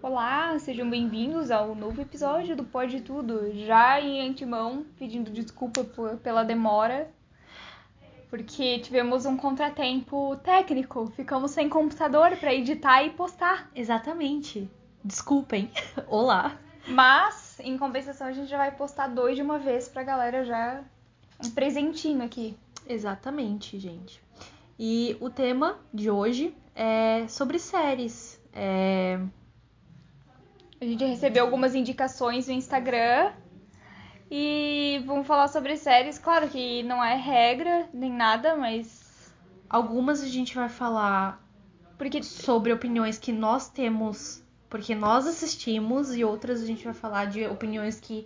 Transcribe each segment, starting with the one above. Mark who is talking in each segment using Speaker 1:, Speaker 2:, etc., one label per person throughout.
Speaker 1: Olá, sejam bem-vindos ao novo episódio do Pode Tudo. Já em antemão, pedindo desculpa por- pela demora, porque tivemos um contratempo técnico. Ficamos sem computador para editar e postar.
Speaker 2: Exatamente. Desculpem. Olá.
Speaker 1: Mas, em compensação, a gente já vai postar dois de uma vez pra galera já um presentinho aqui.
Speaker 2: Exatamente, gente. E o tema de hoje é sobre séries. É...
Speaker 1: A gente recebeu algumas indicações no Instagram e vamos falar sobre séries. Claro que não é regra nem nada, mas
Speaker 2: Algumas a gente vai falar
Speaker 1: porque
Speaker 2: sobre opiniões que nós temos, porque nós assistimos, e outras a gente vai falar de opiniões que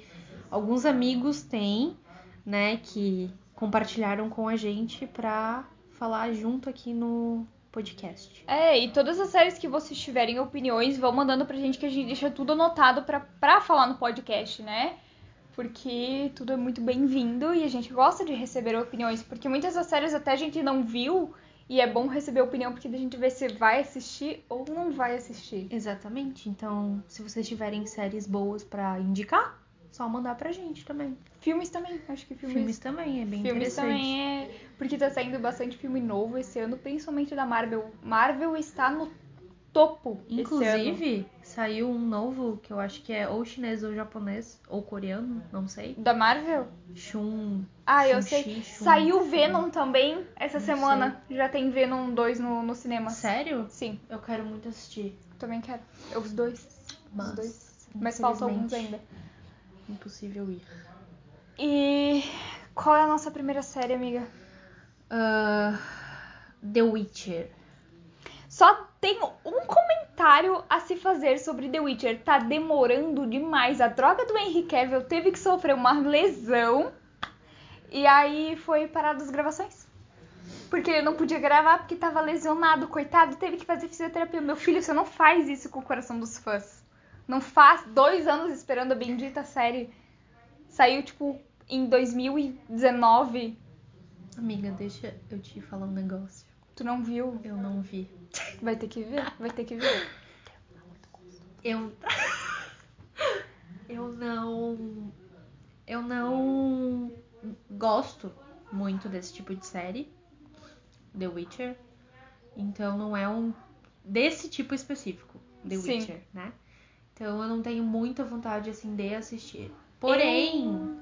Speaker 2: alguns amigos têm, né, que compartilharam com a gente pra falar junto aqui no podcast.
Speaker 1: É, e todas as séries que vocês tiverem opiniões, vão mandando pra gente que a gente deixa tudo anotado pra, pra falar no podcast, né? Porque tudo é muito bem-vindo e a gente gosta de receber opiniões, porque muitas das séries até a gente não viu e é bom receber opinião porque a gente vê se vai assistir ou não vai assistir.
Speaker 2: Exatamente. Então, se vocês tiverem séries boas pra indicar, só mandar pra gente também.
Speaker 1: Filmes também, acho que filmes.
Speaker 2: Filmes também, é bem
Speaker 1: filmes
Speaker 2: interessante.
Speaker 1: também é. Porque tá saindo bastante filme novo esse ano, principalmente da Marvel. Marvel está no topo. esse ano.
Speaker 2: Inclusive, saiu um novo que eu acho que é ou chinês ou japonês ou coreano, não sei.
Speaker 1: Da Marvel?
Speaker 2: Shun.
Speaker 1: Ah, eu
Speaker 2: Shun
Speaker 1: sei.
Speaker 2: Chi, Shun
Speaker 1: Saiu
Speaker 2: Chi.
Speaker 1: Venom também essa
Speaker 2: Não
Speaker 1: semana. Já tem Venom 2 no, no cinema.
Speaker 2: Sério?
Speaker 1: Sim,
Speaker 2: Eu quero muito assistir.
Speaker 1: também quero. Eu, os dois.
Speaker 2: Mas,
Speaker 1: os dois. Mas faltam alguns
Speaker 2: infelizmente,
Speaker 1: ainda.
Speaker 2: Impossível ir.
Speaker 1: E qual é a nossa primeira série, amiga?
Speaker 2: Ah, The Witcher.
Speaker 1: Só tem um comentário a se fazer sobre The Witcher. Tá demorando demais. A droga do Henry Cavill teve que sofrer uma lesão. E aí foi parado as gravações. Porque ele não podia gravar porque tava lesionado, coitado. Teve que fazer fisioterapia. Meu filho, você não faz isso com o coração dos fãs. Não faz. Dois anos esperando a bendita série. Saiu, tipo, em 2019.
Speaker 2: Amiga, deixa eu te falar um negócio.
Speaker 1: Tu não viu?
Speaker 2: Eu não vi.
Speaker 1: Vai ter que ver. Vai ter que ver.
Speaker 2: Eu. eu não. Eu não gosto muito desse tipo de série. The Witcher. Então não é um. Desse tipo específico. The
Speaker 1: Sim.
Speaker 2: Witcher, né? Então eu não tenho muita vontade assim de assistir. Porém,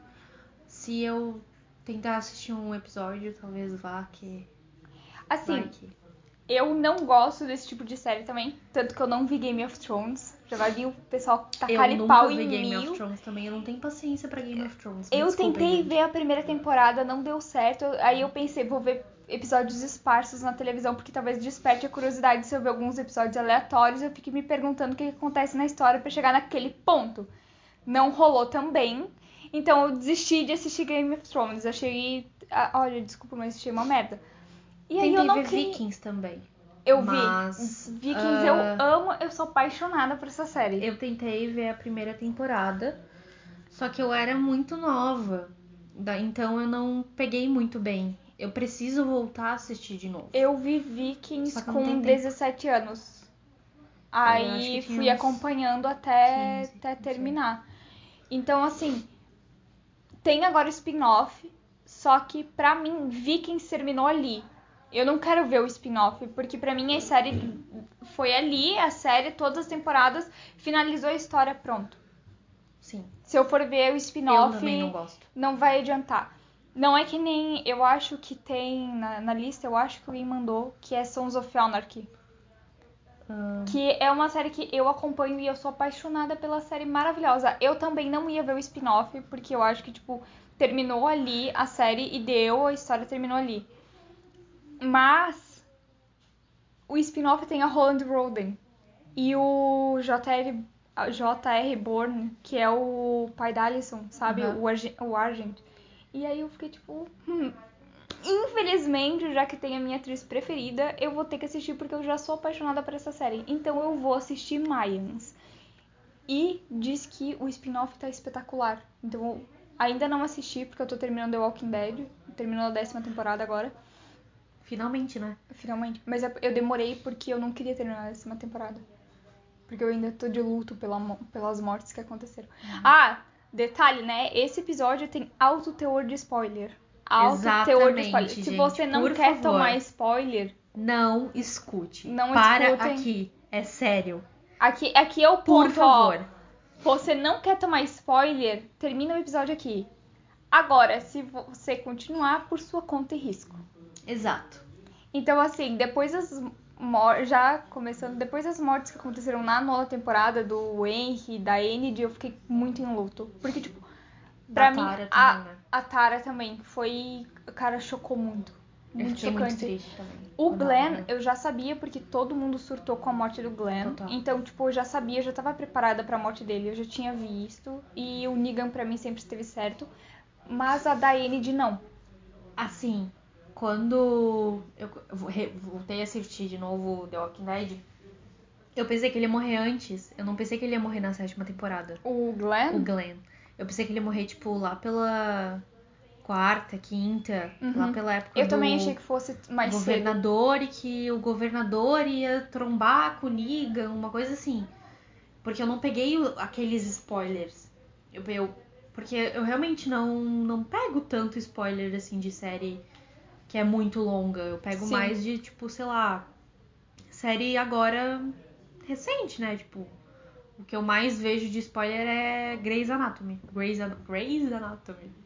Speaker 2: se eu tentar assistir um episódio, talvez vá que.
Speaker 1: Assim,
Speaker 2: Vai que.
Speaker 1: Eu não gosto desse tipo de série também. Tanto que eu não vi Game of Thrones. Já vai vir o pessoal
Speaker 2: Eu
Speaker 1: tacar
Speaker 2: nunca
Speaker 1: tá pau
Speaker 2: vi
Speaker 1: em
Speaker 2: Game
Speaker 1: mim.
Speaker 2: of Thrones também. Eu não tenho paciência pra Game of Thrones. me
Speaker 1: Eu
Speaker 2: desculpem,
Speaker 1: tentei
Speaker 2: gente.
Speaker 1: ver a primeira temporada, não deu certo. Aí eu pensei, vou ver episódios esparsos na televisão, porque talvez desperte a curiosidade se eu ver alguns episódios aleatórios. Eu fiquei me perguntando o que que acontece na história pra chegar naquele ponto. Não rolou também. Então eu desisti de assistir Game of Thrones. Achei. ah, olha, desculpa, mas achei uma merda. E aí
Speaker 2: Tentei
Speaker 1: eu não
Speaker 2: ver
Speaker 1: criei-
Speaker 2: Vikings também.
Speaker 1: Eu
Speaker 2: Mas, ah,
Speaker 1: vi. Vikings eu amo, eu sou apaixonada por essa série.
Speaker 2: Eu tentei ver a primeira temporada, só que eu era muito nova, da- então eu não peguei muito bem. Eu preciso voltar a assistir de novo.
Speaker 1: Eu vi Vikings
Speaker 2: Só que não tem
Speaker 1: com
Speaker 2: tempo.
Speaker 1: 17 anos.
Speaker 2: acho
Speaker 1: Aí
Speaker 2: que tinha
Speaker 1: fui
Speaker 2: uns
Speaker 1: acompanhando até,
Speaker 2: 15,
Speaker 1: até
Speaker 2: não sei.
Speaker 1: terminar. Então, assim, tem agora o spin-off, só que pra mim, Vikings terminou ali. Eu não quero ver o spin-off, porque pra mim a série foi ali, a série, todas as temporadas, finalizou a história, pronto.
Speaker 2: Sim,
Speaker 1: Se eu for ver o
Speaker 2: eu
Speaker 1: spin-off,
Speaker 2: também não gosto.
Speaker 1: não vai adiantar. Não é que nem. Eu acho que tem na, na lista, eu acho que alguém mandou, que é Sons of Anarchy. Que é uma série que eu acompanho e eu sou apaixonada pela série maravilhosa. Eu também não ia ver o spin-off, porque eu acho que, tipo, terminou ali a série e deu, a história terminou ali. Mas o spin-off tem a Holland Roden e o JR, J.R. Bourne, que é o pai da Alison, sabe?
Speaker 2: Aham.
Speaker 1: O, Arge- o Argent. E aí eu fiquei tipo. hum, Infelizmente, já que tem a minha atriz preferida, eu vou ter que assistir porque eu já sou apaixonada por essa série. Então eu vou assistir Mayans. E diz que o spin-off tá espetacular. Então eu ainda não assisti porque eu tô terminando The Walking Dead. Terminou a décima temporada agora,
Speaker 2: Finalmente, né?
Speaker 1: finalmente. Mas eu eu demorei porque eu não queria terminar a décima temporada. Porque eu ainda tô de luto pela mo- pelas mortes que aconteceram.
Speaker 2: Uhum.
Speaker 1: Ah, detalhe, né? Esse episódio tem alto teor de spoiler. Alto teor de
Speaker 2: Exatamente,
Speaker 1: spoiler. Se
Speaker 2: gente,
Speaker 1: você não
Speaker 2: por
Speaker 1: quer
Speaker 2: favor.
Speaker 1: tomar spoiler,
Speaker 2: Não escute.
Speaker 1: Não
Speaker 2: Para
Speaker 1: escutem.
Speaker 2: aqui. É sério.
Speaker 1: aqui, aqui é o
Speaker 2: Por
Speaker 1: ponto, ó.
Speaker 2: favor.
Speaker 1: Você não quer tomar spoiler, termina o episódio aqui. Agora, se você continuar, por sua conta e risco.
Speaker 2: Exato.
Speaker 1: Então, assim, depois das mortes. Já começando, depois das mortes que aconteceram na nova temporada do Henry, da Enid, eu fiquei muito em luto. Porque, tipo, pra
Speaker 2: Da
Speaker 1: mim,
Speaker 2: Tara
Speaker 1: a,
Speaker 2: também, né?
Speaker 1: a Tara também foi. Cara, chocou muito.
Speaker 2: Eu
Speaker 1: Muito
Speaker 2: fiquei
Speaker 1: chocante.
Speaker 2: muito triste também.
Speaker 1: O
Speaker 2: Não,
Speaker 1: Glenn,
Speaker 2: não.
Speaker 1: eu já sabia, porque todo mundo surtou com a morte do Glenn.
Speaker 2: Total.
Speaker 1: Então, tipo, eu já sabia, eu já tava preparada pra morte dele, eu já tinha visto. E o Negan, pra mim, sempre esteve certo. Mas a da Enid, não.
Speaker 2: Assim, quando eu eu vou- re- voltei a assistir de novo The Walking Dead, eu pensei que ele ia morrer antes. Eu não pensei que ele ia morrer na sétima temporada.
Speaker 1: O Glenn?
Speaker 2: O Glenn. Eu pensei que ele ia morrer, tipo, lá pela quarta, quinta,
Speaker 1: Uhum.
Speaker 2: lá pela época
Speaker 1: eu
Speaker 2: do
Speaker 1: também achei que fosse mais cedo.
Speaker 2: governador e que o governador ia trombar com o Negan, uma coisa assim. Porque eu não peguei o- aqueles spoilers. Eu, eu- porque eu realmente não, não pego tanto spoiler, assim, de série que é muito longa. Eu pego
Speaker 1: Sim.
Speaker 2: mais de, tipo, sei lá, série agora recente, né? Tipo, o que eu mais vejo de spoiler é Grey's Anatomy. Grey's, An- Grey's Anatomy.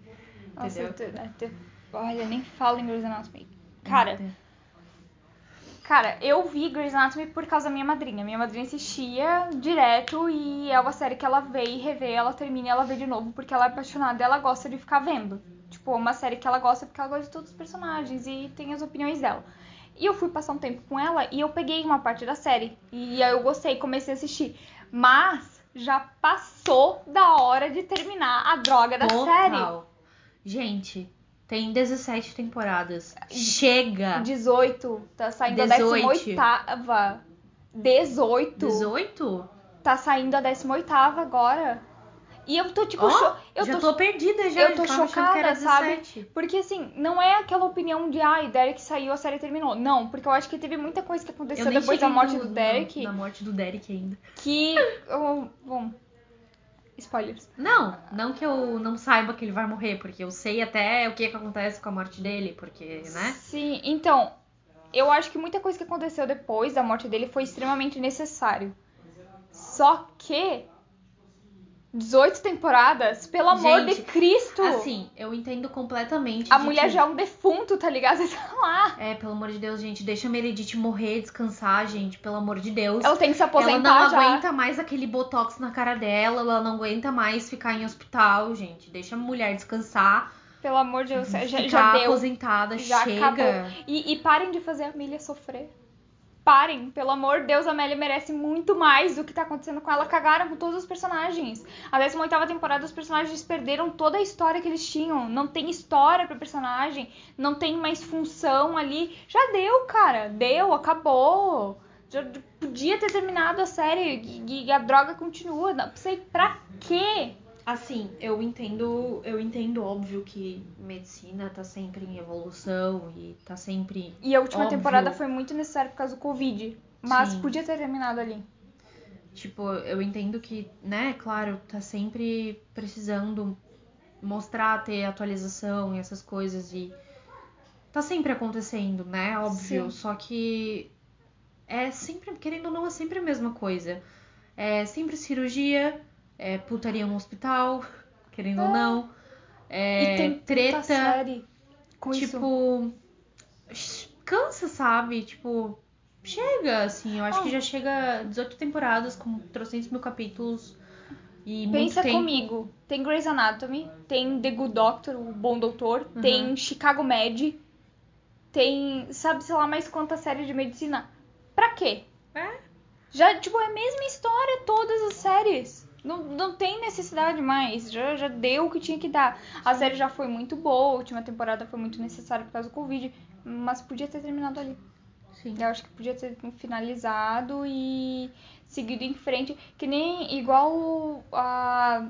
Speaker 1: Nossa,
Speaker 2: Entendeu?
Speaker 1: eu te- eu te- né? Olha, nem falo em Grey's Anatomy. Cara,
Speaker 2: Uhum.
Speaker 1: cara, eu vi Grey's Anatomy por causa da minha madrinha. Minha madrinha assistia direto e é uma série que ela vê e revê, ela termina e ela vê de novo porque ela é apaixonada e ela gosta de ficar vendo. Tipo, é uma série que ela gosta porque ela gosta de todos os personagens e tem as opiniões dela. E eu fui passar um tempo com ela e eu peguei uma parte da série. E aí eu gostei, comecei a assistir. Mas já passou da hora de terminar a droga da série.
Speaker 2: Total. É Gente, tem 17 temporadas. Chega!
Speaker 1: 18, tá saindo a 18
Speaker 2: 18.
Speaker 1: 18,
Speaker 2: 18?
Speaker 1: tá saindo a 18 agora. E eu tô tipo,
Speaker 2: Ó,
Speaker 1: cho- eu
Speaker 2: já
Speaker 1: tô,
Speaker 2: tô, perdida já.
Speaker 1: eu tô
Speaker 2: tava achando que
Speaker 1: chocada,
Speaker 2: era
Speaker 1: sabe?
Speaker 2: 17.
Speaker 1: Porque assim, não é aquela opinião de ai, Derek saiu, a série terminou. Não, porque eu acho que teve muita coisa que aconteceu
Speaker 2: nem
Speaker 1: depois da
Speaker 2: cheguei
Speaker 1: morte
Speaker 2: no-
Speaker 1: do Derek
Speaker 2: Na, na morte do Derek ainda.
Speaker 1: que eu- bom, spoilers.
Speaker 2: Não, não que eu não saiba que ele vai morrer, porque eu sei até o que, que acontece com a morte dele, porque, né?
Speaker 1: Sim, então, eu acho que muita coisa que aconteceu depois da morte dele foi extremamente necessário. Só que 18 temporadas, pelo amor
Speaker 2: Gente,
Speaker 1: de Cristo,
Speaker 2: Assim, eu entendo completamente.
Speaker 1: a
Speaker 2: de
Speaker 1: mulher
Speaker 2: que-
Speaker 1: já é um defunto, tá ligado? Você tá lá.
Speaker 2: É, pelo amor de Deus, gente, deixa a Meredith morrer, descansar, gente, pelo amor de Deus.
Speaker 1: Ela tem que se
Speaker 2: Ela
Speaker 1: aposentar
Speaker 2: não
Speaker 1: já.
Speaker 2: aguenta mais aquele botox na cara dela, ela não aguenta mais ficar em hospital, gente. Deixa a mulher descansar,
Speaker 1: Pelo amor de Deus, já, já
Speaker 2: ficar
Speaker 1: deu.
Speaker 2: aposentada,
Speaker 1: Já
Speaker 2: chega.
Speaker 1: acabou. E, e parem de fazer a Amélia sofrer. Parem, pelo amor de Deus, a Amélia merece muito mais do que tá acontecendo com ela. Cagaram com todos os personagens. A 18 temporada, os personagens perderam toda a história que eles tinham. Não tem história pro personagem, não tem mais função ali. Já deu, cara. Deu, acabou. Já d- podia ter terminado a série e, e a droga continua. Não sei pra quê.
Speaker 2: Assim, eu entendo, eu entendo óbvio que medicina tá sempre em evolução e tá sempre
Speaker 1: E a última
Speaker 2: Óbvio.
Speaker 1: temporada foi muito necessária por causa do Covid. Mas
Speaker 2: Sim.
Speaker 1: podia ter terminado ali.
Speaker 2: Tipo, eu entendo que, né, claro, tá sempre precisando mostrar, ter atualização e essas coisas e tá sempre acontecendo, né? Óbvio,
Speaker 1: Sim.
Speaker 2: só que é sempre, querendo ou não, é sempre a mesma coisa. É sempre cirurgia, é putaria no hospital, querendo ou não. É
Speaker 1: Ah. E tem tanta
Speaker 2: treta,
Speaker 1: série com isso.
Speaker 2: tipo, cansa, sabe? Tipo, chega, assim, eu acho
Speaker 1: Ah.
Speaker 2: que já chega 18 temporadas com 300 mil capítulos e
Speaker 1: Pensa
Speaker 2: muito tempo.
Speaker 1: comigo. Tem Grey's Anatomy, tem The Good Doctor, o Bom Doutor,
Speaker 2: Uhum.
Speaker 1: tem Chicago Med, tem, sabe, sei lá, mais quanta série de medicina. Pra quê?
Speaker 2: É.
Speaker 1: Já, tipo, é a mesma história todas as séries. Não, não tem necessidade mais. Já, já deu o que tinha que dar. A série já foi muito boa, a última temporada foi muito necessária por causa do Covid, mas podia ter terminado ali.
Speaker 2: Sim.
Speaker 1: Eu acho que podia ter finalizado e seguido em frente. Que nem igual a.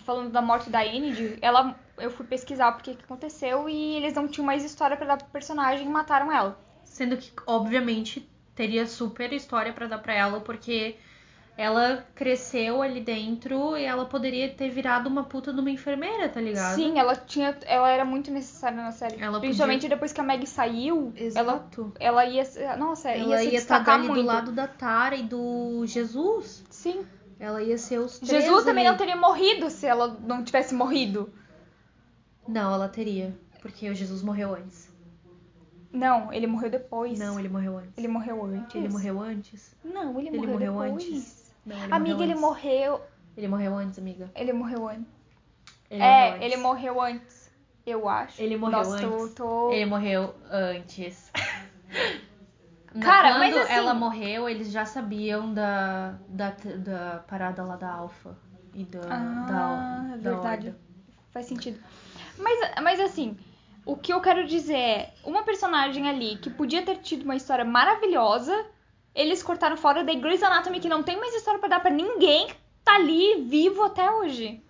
Speaker 1: Falando da morte da Enid, ela. Eu fui pesquisar porque que aconteceu e eles não tinham mais história pra dar pro personagem e mataram ela.
Speaker 2: Sendo que, obviamente, teria super história pra dar pra ela, porque ela cresceu ali dentro e ela poderia ter virado uma puta de uma enfermeira, tá ligado?
Speaker 1: Sim, ela tinha. Ela era muito necessária na série.
Speaker 2: Ela
Speaker 1: Principalmente
Speaker 2: podia-
Speaker 1: depois que a Meg saiu, ela,
Speaker 2: Exato.
Speaker 1: ela ia. se- Nossa, ia
Speaker 2: Ela
Speaker 1: se
Speaker 2: ia estar
Speaker 1: destacar
Speaker 2: ali
Speaker 1: muito.
Speaker 2: do lado da Tara e do Jesus.
Speaker 1: Sim.
Speaker 2: Ela ia ser os três
Speaker 1: Jesus também
Speaker 2: ali.
Speaker 1: não teria morrido se ela não tivesse morrido.
Speaker 2: Não, ela teria. Porque o Jesus morreu antes.
Speaker 1: Não, ele morreu depois.
Speaker 2: Não, ele morreu antes.
Speaker 1: Ele morreu antes.
Speaker 2: Ele morreu antes?
Speaker 1: Não, ele,
Speaker 2: Ele
Speaker 1: morreu,
Speaker 2: morreu
Speaker 1: depois.
Speaker 2: antes. Não, ele
Speaker 1: Amiga,
Speaker 2: morreu
Speaker 1: ele
Speaker 2: antes.
Speaker 1: morreu.
Speaker 2: Ele morreu antes, amiga.
Speaker 1: Ele morreu antes.
Speaker 2: Ele
Speaker 1: é,
Speaker 2: morreu antes.
Speaker 1: ele morreu antes. Eu acho.
Speaker 2: Ele morreu
Speaker 1: Nossa, tô-
Speaker 2: antes.
Speaker 1: tô-
Speaker 2: Ele morreu antes.
Speaker 1: Cara,
Speaker 2: Quando
Speaker 1: mas assim-
Speaker 2: ela morreu, eles já sabiam da, da, da parada lá da Alfa e da,
Speaker 1: Ah,
Speaker 2: da, da
Speaker 1: verdade.
Speaker 2: Horda.
Speaker 1: Faz sentido. Mas, mas assim, o que eu quero dizer é, uma personagem ali que podia ter tido uma história maravilhosa, eles cortaram fora da Grey's Anatomy, que não tem mais história pra dar pra ninguém que tá ali vivo até hoje.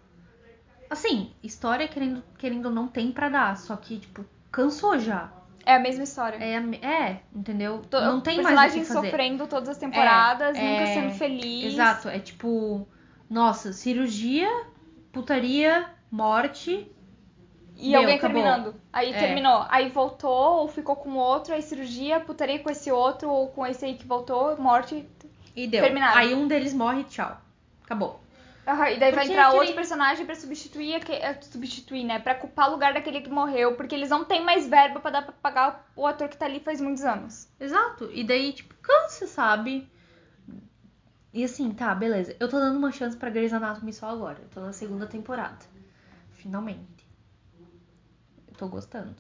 Speaker 2: Assim, história querendo, querendo ou não tem pra dar, só que, tipo, cansou já.
Speaker 1: É a mesma história.
Speaker 2: É, é entendeu?
Speaker 1: To-
Speaker 2: não tem mais o
Speaker 1: personagens
Speaker 2: que fazer.
Speaker 1: sofrendo todas as temporadas,
Speaker 2: É,
Speaker 1: nunca
Speaker 2: é,
Speaker 1: sendo feliz.
Speaker 2: Exato, é tipo, nossa, cirurgia, putaria, morte,
Speaker 1: E
Speaker 2: Deu,
Speaker 1: alguém
Speaker 2: acabou.
Speaker 1: terminando. Aí
Speaker 2: É.
Speaker 1: terminou. Aí voltou, ou ficou com outro, aí cirurgia, putaria com esse outro, ou com esse aí que voltou, morte.
Speaker 2: E deu.
Speaker 1: Terminado.
Speaker 2: Aí um deles morre e tchau. Acabou.
Speaker 1: Aham, e daí vai
Speaker 2: Porque
Speaker 1: entrar
Speaker 2: aquele-
Speaker 1: outro personagem pra substituir, aque- eh, substituir, né? Pra ocupar o lugar daquele que morreu, porque eles não têm mais verba pra dar pra pagar o ator que tá ali faz muitos anos.
Speaker 2: Exato. E daí, tipo, cansa, sabe? E assim, tá, beleza. Eu tô dando uma chance pra Grey's Anatomy só agora. Eu tô na segunda temporada. Finalmente. Eu tô gostando.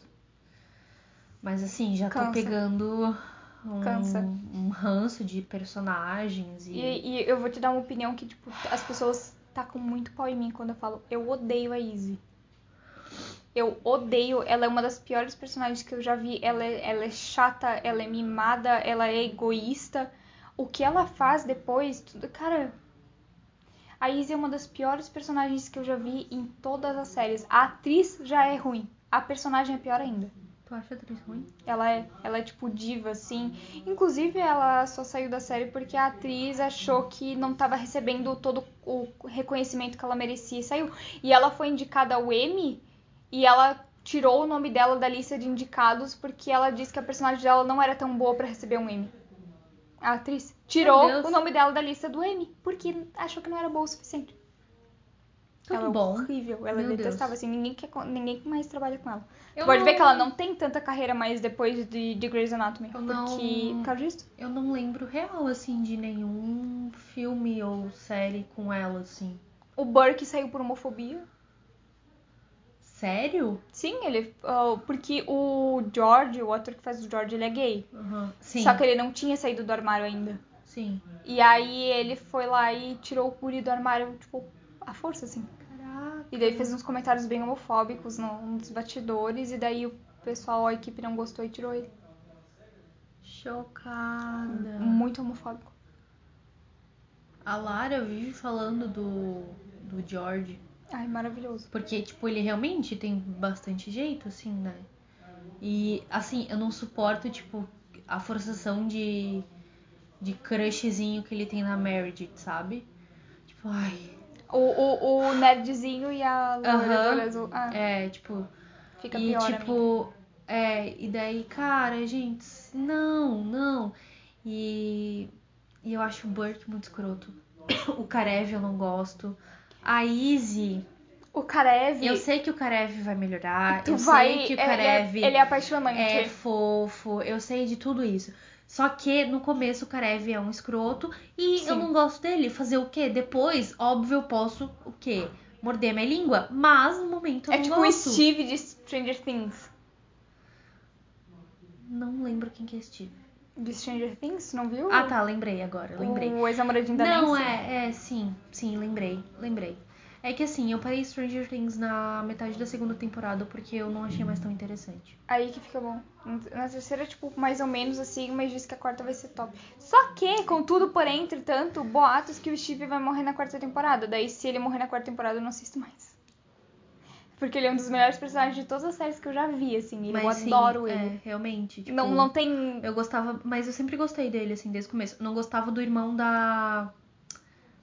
Speaker 2: Mas assim, já
Speaker 1: Cansa.
Speaker 2: tô pegando um,
Speaker 1: Cansa.
Speaker 2: um ranço de personagens e.
Speaker 1: E, e eu vou te dar uma opinião que, tipo, as pessoas tacam muito pau em mim quando eu falo, eu odeio a Izzy. Eu odeio, ela é uma das piores personagens que eu já vi. Ela é, ela é chata, ela é mimada, ela é egoísta. O que ela faz depois, tudo. Cara. A Izzy é uma das piores personagens que eu já vi em todas as séries. A atriz já é ruim. A personagem é pior ainda.
Speaker 2: Tu acha a atriz ruim?
Speaker 1: Ela é, ela é tipo diva, assim. Inclusive, ela só saiu da série porque a atriz achou que não tava recebendo todo o reconhecimento que ela merecia e saiu. E ela foi indicada ao Emmy e ela tirou o nome dela da lista de indicados porque ela disse que a personagem dela não era tão boa pra receber um Emmy. A atriz tirou
Speaker 2: Meu Deus.
Speaker 1: o nome dela da lista do Emmy porque achou que não era boa o suficiente.
Speaker 2: Tudo
Speaker 1: ela
Speaker 2: bom.
Speaker 1: é horrível, ela é
Speaker 2: Meu Deus.
Speaker 1: detestável, assim, ninguém, quer, co- ninguém mais trabalha com ela.
Speaker 2: Eu
Speaker 1: Pode ver
Speaker 2: não-
Speaker 1: que ela não tem tanta carreira mais depois de, de Grey's Anatomy.
Speaker 2: Eu não-
Speaker 1: Porque, por causa disso.
Speaker 2: Eu não lembro real, assim, de nenhum filme ou série com ela, assim.
Speaker 1: O Burke saiu por homofobia.
Speaker 2: Sério?
Speaker 1: Sim, ele. ah, porque o George, o ator que faz o George, ele é gay.
Speaker 2: Aham. Sim.
Speaker 1: Só que ele não tinha saído do armário ainda.
Speaker 2: Sim.
Speaker 1: E aí ele foi lá e tirou o guri do armário, tipo, à força, assim.
Speaker 2: Caraca.
Speaker 1: E daí fez uns comentários bem homofóbicos no- nos batidores. E daí o pessoal, a equipe não gostou e tirou ele.
Speaker 2: Chocada.
Speaker 1: Muito homofóbico.
Speaker 2: A Lara vive falando do, do George.
Speaker 1: Ai, maravilhoso.
Speaker 2: Porque, tipo, ele realmente tem bastante jeito, assim, né? E, assim, eu não suporto, tipo, a forçação de, de crushzinho que ele tem na Meredith, sabe? Tipo, ai.
Speaker 1: O, o, o nerdzinho e a
Speaker 2: Aham.
Speaker 1: loira azul. Ah,
Speaker 2: É, tipo,
Speaker 1: fica
Speaker 2: e
Speaker 1: pior, né, amiga.
Speaker 2: tipo, é, e daí, cara, gente, não, não. E, e eu acho o Burke muito escroto. O Karev eu não gosto. A Izzy,
Speaker 1: O Karev.
Speaker 2: eu sei que o Karev vai melhorar.
Speaker 1: Tu
Speaker 2: eu
Speaker 1: vai.
Speaker 2: sei que o
Speaker 1: é-
Speaker 2: Karev
Speaker 1: ele, é, ele é apaixonante.
Speaker 2: é fofo, eu sei de tudo isso. Só que no começo o Karev é um escroto e eu
Speaker 1: Sim.
Speaker 2: não gosto dele. Fazer o quê? Depois, óbvio, eu posso o quê? Morder minha língua. Mas no momento eu
Speaker 1: É
Speaker 2: não
Speaker 1: tipo o
Speaker 2: gosto.
Speaker 1: Steve de Stranger Things.
Speaker 2: Não lembro quem que é Steve.
Speaker 1: De Stranger Things, tu não viu?
Speaker 2: Ah, tá, lembrei agora, lembrei.
Speaker 1: O ex-namoradinho da
Speaker 2: Não,
Speaker 1: Nancy.
Speaker 2: é, é, sim, sim, lembrei, lembrei. É que assim, eu parei Stranger Things na metade da segunda temporada porque eu não achei mais tão interessante.
Speaker 1: Aí que fica bom. Na terceira, tipo, mais ou menos assim, mas diz que a quarta vai ser top. Só que, contudo, porém, entretanto, boatos que o Steve vai morrer na quarta temporada. Daí, se ele morrer na quarta temporada, eu não assisto mais. Porque ele é um dos melhores personagens de todas as séries que eu já vi, assim. Ele,
Speaker 2: Mas
Speaker 1: eu adoro
Speaker 2: sim,
Speaker 1: ele.
Speaker 2: É, realmente, tipo,
Speaker 1: não, não tem.
Speaker 2: eu gostava, mas eu sempre gostei dele assim desde o começo. Eu não gostava do irmão da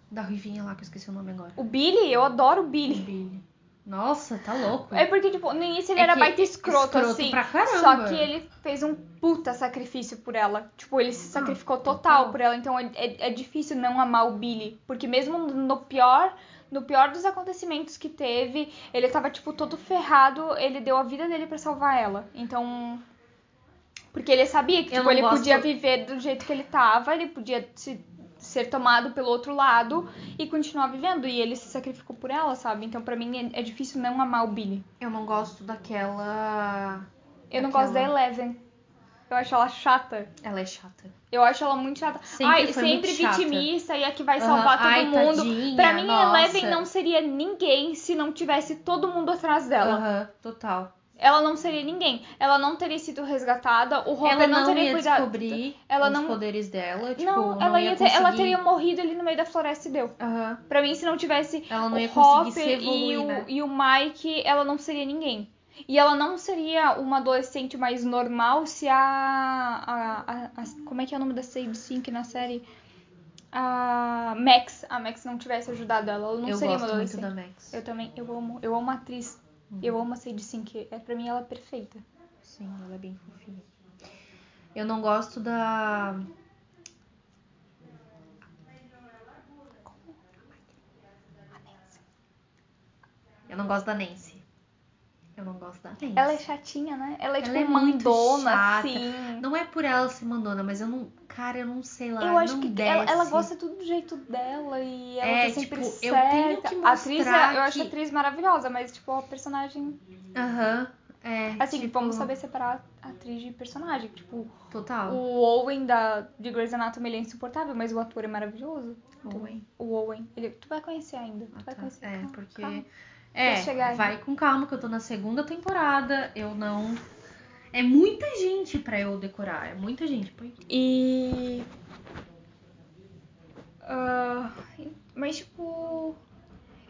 Speaker 2: Da ruivinha lá, que eu esqueci o nome agora.
Speaker 1: O Billy, eu adoro o
Speaker 2: O
Speaker 1: Billy.
Speaker 2: Billy. Nossa, tá louco.
Speaker 1: É porque, tipo, no início ele
Speaker 2: É
Speaker 1: era
Speaker 2: que
Speaker 1: baita escroto,
Speaker 2: escroto
Speaker 1: assim.
Speaker 2: pra caramba.
Speaker 1: Só que ele fez um puta sacrifício por ela. Tipo, ele se
Speaker 2: Ah,
Speaker 1: sacrificou total
Speaker 2: total.
Speaker 1: por ela. Então é, é- é difícil não amar o Billy. Porque mesmo no pior. No pior dos acontecimentos que teve, ele tava, tipo, todo ferrado. Ele deu a vida dele pra salvar ela. Então. Porque ele sabia que,
Speaker 2: Eu
Speaker 1: tipo,
Speaker 2: não
Speaker 1: ele
Speaker 2: gosto-
Speaker 1: podia viver do jeito que ele tava, ele podia se- ser tomado pelo outro lado e continuar vivendo. E ele se sacrificou por ela, sabe? Então, pra mim, é, é difícil não amar o Billy.
Speaker 2: Eu não gosto daquela.
Speaker 1: Eu não
Speaker 2: Aquela-
Speaker 1: gosto da Eleven. Eu acho ela chata.
Speaker 2: Ela é chata.
Speaker 1: Eu acho ela muito chata.
Speaker 2: Sempre
Speaker 1: Ai,
Speaker 2: foi
Speaker 1: sempre
Speaker 2: muito chata.
Speaker 1: vitimista e a que vai
Speaker 2: Aham.
Speaker 1: salvar todo
Speaker 2: Ai,
Speaker 1: mundo.
Speaker 2: tadinha,
Speaker 1: pra mim, a
Speaker 2: nossa.
Speaker 1: Eleven não seria ninguém se não tivesse todo mundo atrás dela.
Speaker 2: Aham, total.
Speaker 1: Ela não seria ninguém. Ela não teria sido resgatada. O Hopper
Speaker 2: ela não,
Speaker 1: teria
Speaker 2: ia
Speaker 1: cuidado.
Speaker 2: descobrir
Speaker 1: Ela
Speaker 2: os
Speaker 1: não-
Speaker 2: poderes dela. Tipo,
Speaker 1: não,
Speaker 2: não
Speaker 1: ela
Speaker 2: ia
Speaker 1: ter- ela
Speaker 2: conseguir-
Speaker 1: teria morrido ali no meio da floresta e deu.
Speaker 2: Aham.
Speaker 1: Pra mim, se não tivesse
Speaker 2: Ela não
Speaker 1: o
Speaker 2: ia conseguir se
Speaker 1: Hopper e
Speaker 2: evoluir,
Speaker 1: o,
Speaker 2: né?
Speaker 1: e o Mike, ela não seria ninguém. E ela não seria uma adolescente mais normal se a. a- a- a- como é que é o nome da Save Sync na série? A Max. A Max não tivesse ajudado ela. Ela não
Speaker 2: eu
Speaker 1: seria uma
Speaker 2: gosto muito
Speaker 1: adolescente.
Speaker 2: da Uhum. Max.
Speaker 1: Eu também. Eu amo. Eu amo a atriz. Eu amo a Sage Sync. É, pra mim ela é perfeita.
Speaker 2: Sim, ela é bem fofinha. Eu não gosto da. Eu não gosto da Nancy. Eu não gosto da Nancy.
Speaker 1: Ela é chatinha, né? Ela é
Speaker 2: Ela
Speaker 1: tipo
Speaker 2: é muito
Speaker 1: mandona,
Speaker 2: chata.
Speaker 1: assim.
Speaker 2: Não é por ela ser mandona, mas eu não. Cara, eu não sei lá.
Speaker 1: Eu acho
Speaker 2: não
Speaker 1: que ela, ela
Speaker 2: desce.
Speaker 1: gosta tudo do jeito dela e ela
Speaker 2: É,
Speaker 1: tá sempre
Speaker 2: tipo,
Speaker 1: certa.
Speaker 2: eu tenho que
Speaker 1: a atriz, é-
Speaker 2: mostrar
Speaker 1: eu acho a
Speaker 2: que-
Speaker 1: atriz maravilhosa, mas tipo, a personagem.
Speaker 2: Aham. É.
Speaker 1: Assim,
Speaker 2: tipo,
Speaker 1: vamos saber separar atriz de personagem. Tipo,
Speaker 2: Total.
Speaker 1: o Owen da, de Grey's Anatomy ele é insuportável, mas o ator é maravilhoso.
Speaker 2: Owen.
Speaker 1: O Owen, ele, tu vai conhecer ainda. Tu
Speaker 2: Ah,
Speaker 1: vai
Speaker 2: tá.
Speaker 1: conhecer.
Speaker 2: É,
Speaker 1: calma,
Speaker 2: porque.
Speaker 1: calma. Deixa eu chegar
Speaker 2: É,
Speaker 1: aí.
Speaker 2: vai com calma, que eu tô na segunda temporada. Eu não. É muita gente pra eu decorar. É muita gente. Põe.
Speaker 1: E. ah, mas, tipo.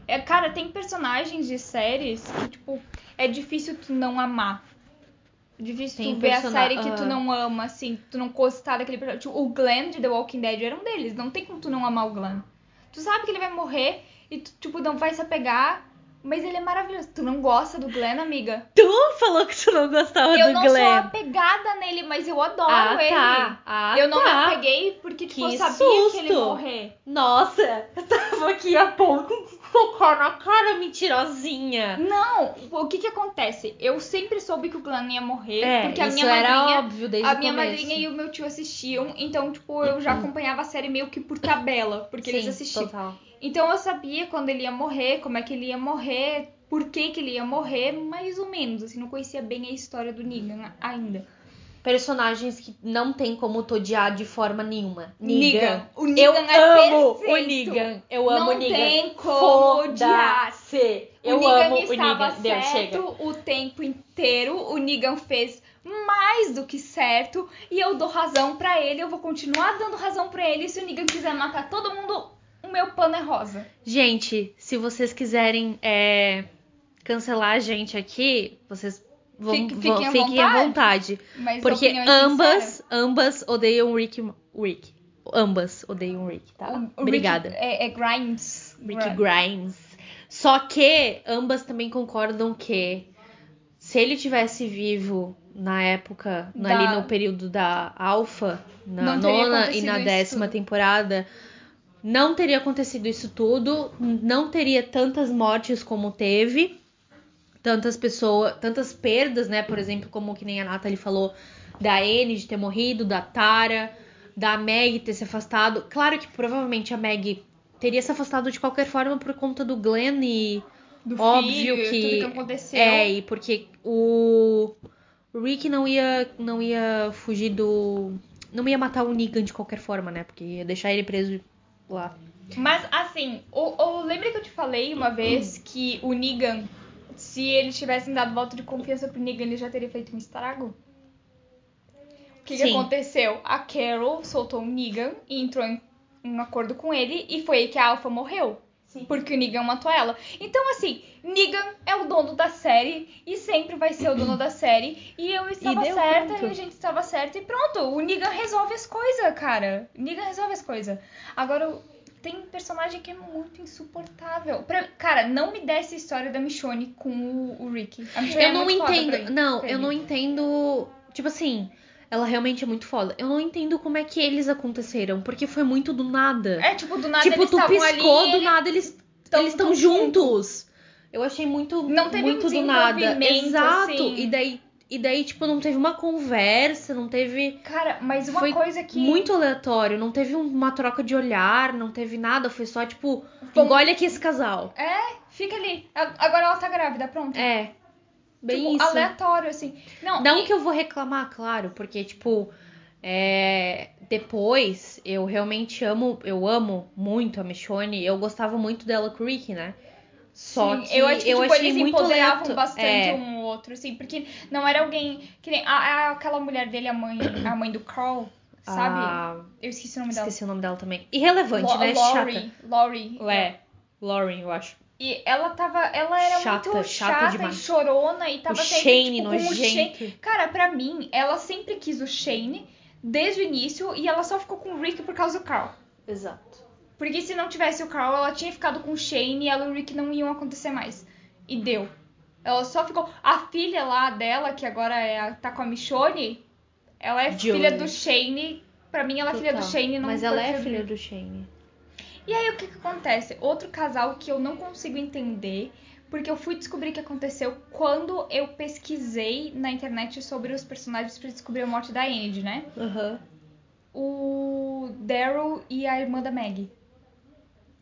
Speaker 1: É, cara, tem personagens de séries que, tipo, é difícil tu não amar. Difícil
Speaker 2: Tem
Speaker 1: tu ver a
Speaker 2: persona- ah.
Speaker 1: série que tu
Speaker 2: aham.
Speaker 1: não ama, assim, tu não gostar daquele personagem. Tipo, o Glenn de The Walking Dead era um deles. Não tem como tu não amar o Glenn. Tu sabe que ele vai morrer e tu, tipo, não vai se apegar. Mas ele é maravilhoso. Tu não gosta do Glenn, amiga?
Speaker 2: Tu falou que tu não gostava
Speaker 1: eu não sou apegada nele, mas eu adoro
Speaker 2: Ah,
Speaker 1: ele.
Speaker 2: tá. Ah,
Speaker 1: Eu não
Speaker 2: tá.
Speaker 1: me apeguei porque tipo,
Speaker 2: Que
Speaker 1: eu sabia que ele ia
Speaker 2: susto.
Speaker 1: morrer.
Speaker 2: Nossa, eu tava aqui a pouco focar na cara, mentirosinha.
Speaker 1: Não, o que que acontece? Eu sempre soube que o Glenn ia morrer,
Speaker 2: É,
Speaker 1: porque a
Speaker 2: isso
Speaker 1: minha
Speaker 2: era
Speaker 1: madrinha,
Speaker 2: óbvio desde
Speaker 1: a
Speaker 2: o
Speaker 1: minha
Speaker 2: começo. Uhum.
Speaker 1: madrinha e o meu tio assistiam, então tipo, eu já acompanhava a série meio que por tabela, porque eles
Speaker 2: Sim,
Speaker 1: assistiam.
Speaker 2: total.
Speaker 1: Então eu sabia quando ele ia morrer, como é que ele ia morrer, por que que ele ia morrer, mais ou menos, assim, não conhecia bem a história do Negan ainda.
Speaker 2: Personagens que não tem como tu odiar de forma nenhuma.
Speaker 1: Negan. O Negan
Speaker 2: eu
Speaker 1: é
Speaker 2: amo o
Speaker 1: perfeito.
Speaker 2: Negan. Eu amo
Speaker 1: Não
Speaker 2: o Negan.
Speaker 1: tem como odiar.
Speaker 2: Foda-se.
Speaker 1: O
Speaker 2: Eu
Speaker 1: Negan
Speaker 2: amo o
Speaker 1: estava
Speaker 2: Negan. Deu,
Speaker 1: certo
Speaker 2: chega.
Speaker 1: o tempo inteiro. O Negan fez mais do que certo e eu dou razão pra ele. Eu vou continuar dando razão pra ele. Se o Negan quiser matar todo mundo, o meu pano é rosa.
Speaker 2: Gente, se vocês quiserem é, cancelar a gente aqui, vocês vão,
Speaker 1: Fique-
Speaker 2: vão-
Speaker 1: fiquem à
Speaker 2: fiquem à
Speaker 1: vontade.
Speaker 2: vontade.
Speaker 1: Mas é
Speaker 2: Porque
Speaker 1: opiniões
Speaker 2: ambas,
Speaker 1: sinceras,
Speaker 2: ambas odeiam o Rick, Rick. Ambas odeiam o Rick, tá?
Speaker 1: o- o Rick
Speaker 2: Obrigada.
Speaker 1: é, é Grimes.
Speaker 2: Rick Grimes. Só que ambas também concordam que se ele tivesse vivo na época, no-
Speaker 1: Da-
Speaker 2: ali no período da Alpha, né, na
Speaker 1: Não teria
Speaker 2: nona e
Speaker 1: acontecido
Speaker 2: na
Speaker 1: isso
Speaker 2: décima
Speaker 1: tudo.
Speaker 2: temporada, não teria acontecido isso tudo, não teria tantas mortes como teve, tantas pessoas, tantas perdas, né? Por exemplo, como que nem a Nathalie falou, da Anne de ter morrido, da Tara, da Meg ter se afastado. Claro que provavelmente a Meg teria se afastado de qualquer forma por conta do Glenn e
Speaker 1: Do filho,
Speaker 2: óbvio que-
Speaker 1: tudo que aconteceu.
Speaker 2: é, e porque o o Rick não ia, não ia fugir do. Não ia matar o Negan de qualquer forma, né? Porque ia deixar ele preso lá.
Speaker 1: Mas assim, o, o- lembra que eu te falei uma vez que o Negan, se eles tivessem dado voto de confiança pro Negan, ele já teria feito um estrago? O que, que
Speaker 2: Sim.
Speaker 1: aconteceu? A Carol soltou o Negan e entrou em um acordo com ele, e foi aí que a Alpha morreu.
Speaker 2: Sim.
Speaker 1: Porque o Negan matou ela. Então, assim, Negan é o dono da série e sempre vai ser o dono da série. E eu estava
Speaker 2: deu,
Speaker 1: certa
Speaker 2: pronto.
Speaker 1: e a gente estava certa e pronto. O Negan resolve as coisas, cara. O Negan resolve as coisas. Agora, o- tem personagem que é muito insuportável. Pra- cara, não me desse a história da Michonne com o, o Rick. A Michonne é
Speaker 2: eu não
Speaker 1: muito foda pra
Speaker 2: entendo.
Speaker 1: mim.
Speaker 2: Não,
Speaker 1: pra
Speaker 2: eu
Speaker 1: mim.
Speaker 2: não entendo. Tipo assim, ela realmente é muito foda. Eu não entendo como é que eles aconteceram, porque foi muito do nada.
Speaker 1: É, tipo, do nada
Speaker 2: tipo,
Speaker 1: eles
Speaker 2: tu
Speaker 1: estavam
Speaker 2: piscou,
Speaker 1: ali.
Speaker 2: do
Speaker 1: ele-
Speaker 2: nada eles
Speaker 1: tão-
Speaker 2: eles estão
Speaker 1: tão
Speaker 2: juntos. Eu achei muito
Speaker 1: Não teve um
Speaker 2: muito do nada.
Speaker 1: desenvolvimento,
Speaker 2: Exato.
Speaker 1: assim.
Speaker 2: E daí e daí tipo não teve uma conversa, não teve
Speaker 1: Cara, mas uma
Speaker 2: Foi
Speaker 1: coisa que.
Speaker 2: muito aleatório, não teve um, uma troca de olhar, não teve nada, foi só tipo,
Speaker 1: Vamos-
Speaker 2: engole aqui esse casal.
Speaker 1: Fica ali. A- Agora ela tá grávida, pronto.
Speaker 2: É. Bem
Speaker 1: tipo,
Speaker 2: isso. um
Speaker 1: aleatório, assim. Não,
Speaker 2: Não
Speaker 1: e-
Speaker 2: que eu vou reclamar, claro, porque, tipo, é, depois eu realmente amo, eu amo muito a Michonne, eu gostava muito dela com o Rick, né? Só
Speaker 1: Sim,
Speaker 2: que
Speaker 1: eu acho que tipo,
Speaker 2: achei
Speaker 1: eles
Speaker 2: muito
Speaker 1: empoderavam
Speaker 2: aleato-
Speaker 1: bastante
Speaker 2: é,
Speaker 1: um ao outro, assim, porque não era alguém. Que nem a- a- aquela mulher dele, a mãe, a mãe do Carl, sabe?
Speaker 2: a-
Speaker 1: Eu esqueci o nome dela.
Speaker 2: Ah, esqueci o nome dela também. Irrelevante,
Speaker 1: Lo-
Speaker 2: né? Chata.
Speaker 1: Laurie, Laurie.
Speaker 2: É, Lauren, eu acho.
Speaker 1: E ela tava. Ela era
Speaker 2: Chata,
Speaker 1: muito
Speaker 2: chata
Speaker 1: chata, e
Speaker 2: demais.
Speaker 1: chorona e tava
Speaker 2: o
Speaker 1: sempre,
Speaker 2: Shane
Speaker 1: tipo, com o Shane.
Speaker 2: nojento.
Speaker 1: Cara, pra mim, ela sempre quis o Shane desde o início e ela só ficou com o Rick por causa do Carl.
Speaker 2: Exato.
Speaker 1: Porque se não tivesse o Carl, ela tinha ficado com o Shane e ela e o Rick não iam acontecer mais. E deu. Ela só ficou. A filha lá dela, que agora é a- tá com a Michonne, ela é
Speaker 2: Julie.
Speaker 1: filha do Shane. Pra mim, ela é filha do Shane, não
Speaker 2: Mas ela é
Speaker 1: perfil-
Speaker 2: filha do Shane.
Speaker 1: E aí o que, que acontece? Outro casal que eu não consigo entender, porque eu fui descobrir que aconteceu quando eu pesquisei na internet sobre os personagens pra descobrir a morte da Andy, né?
Speaker 2: Aham.
Speaker 1: O Daryl e a irmã da Maggie.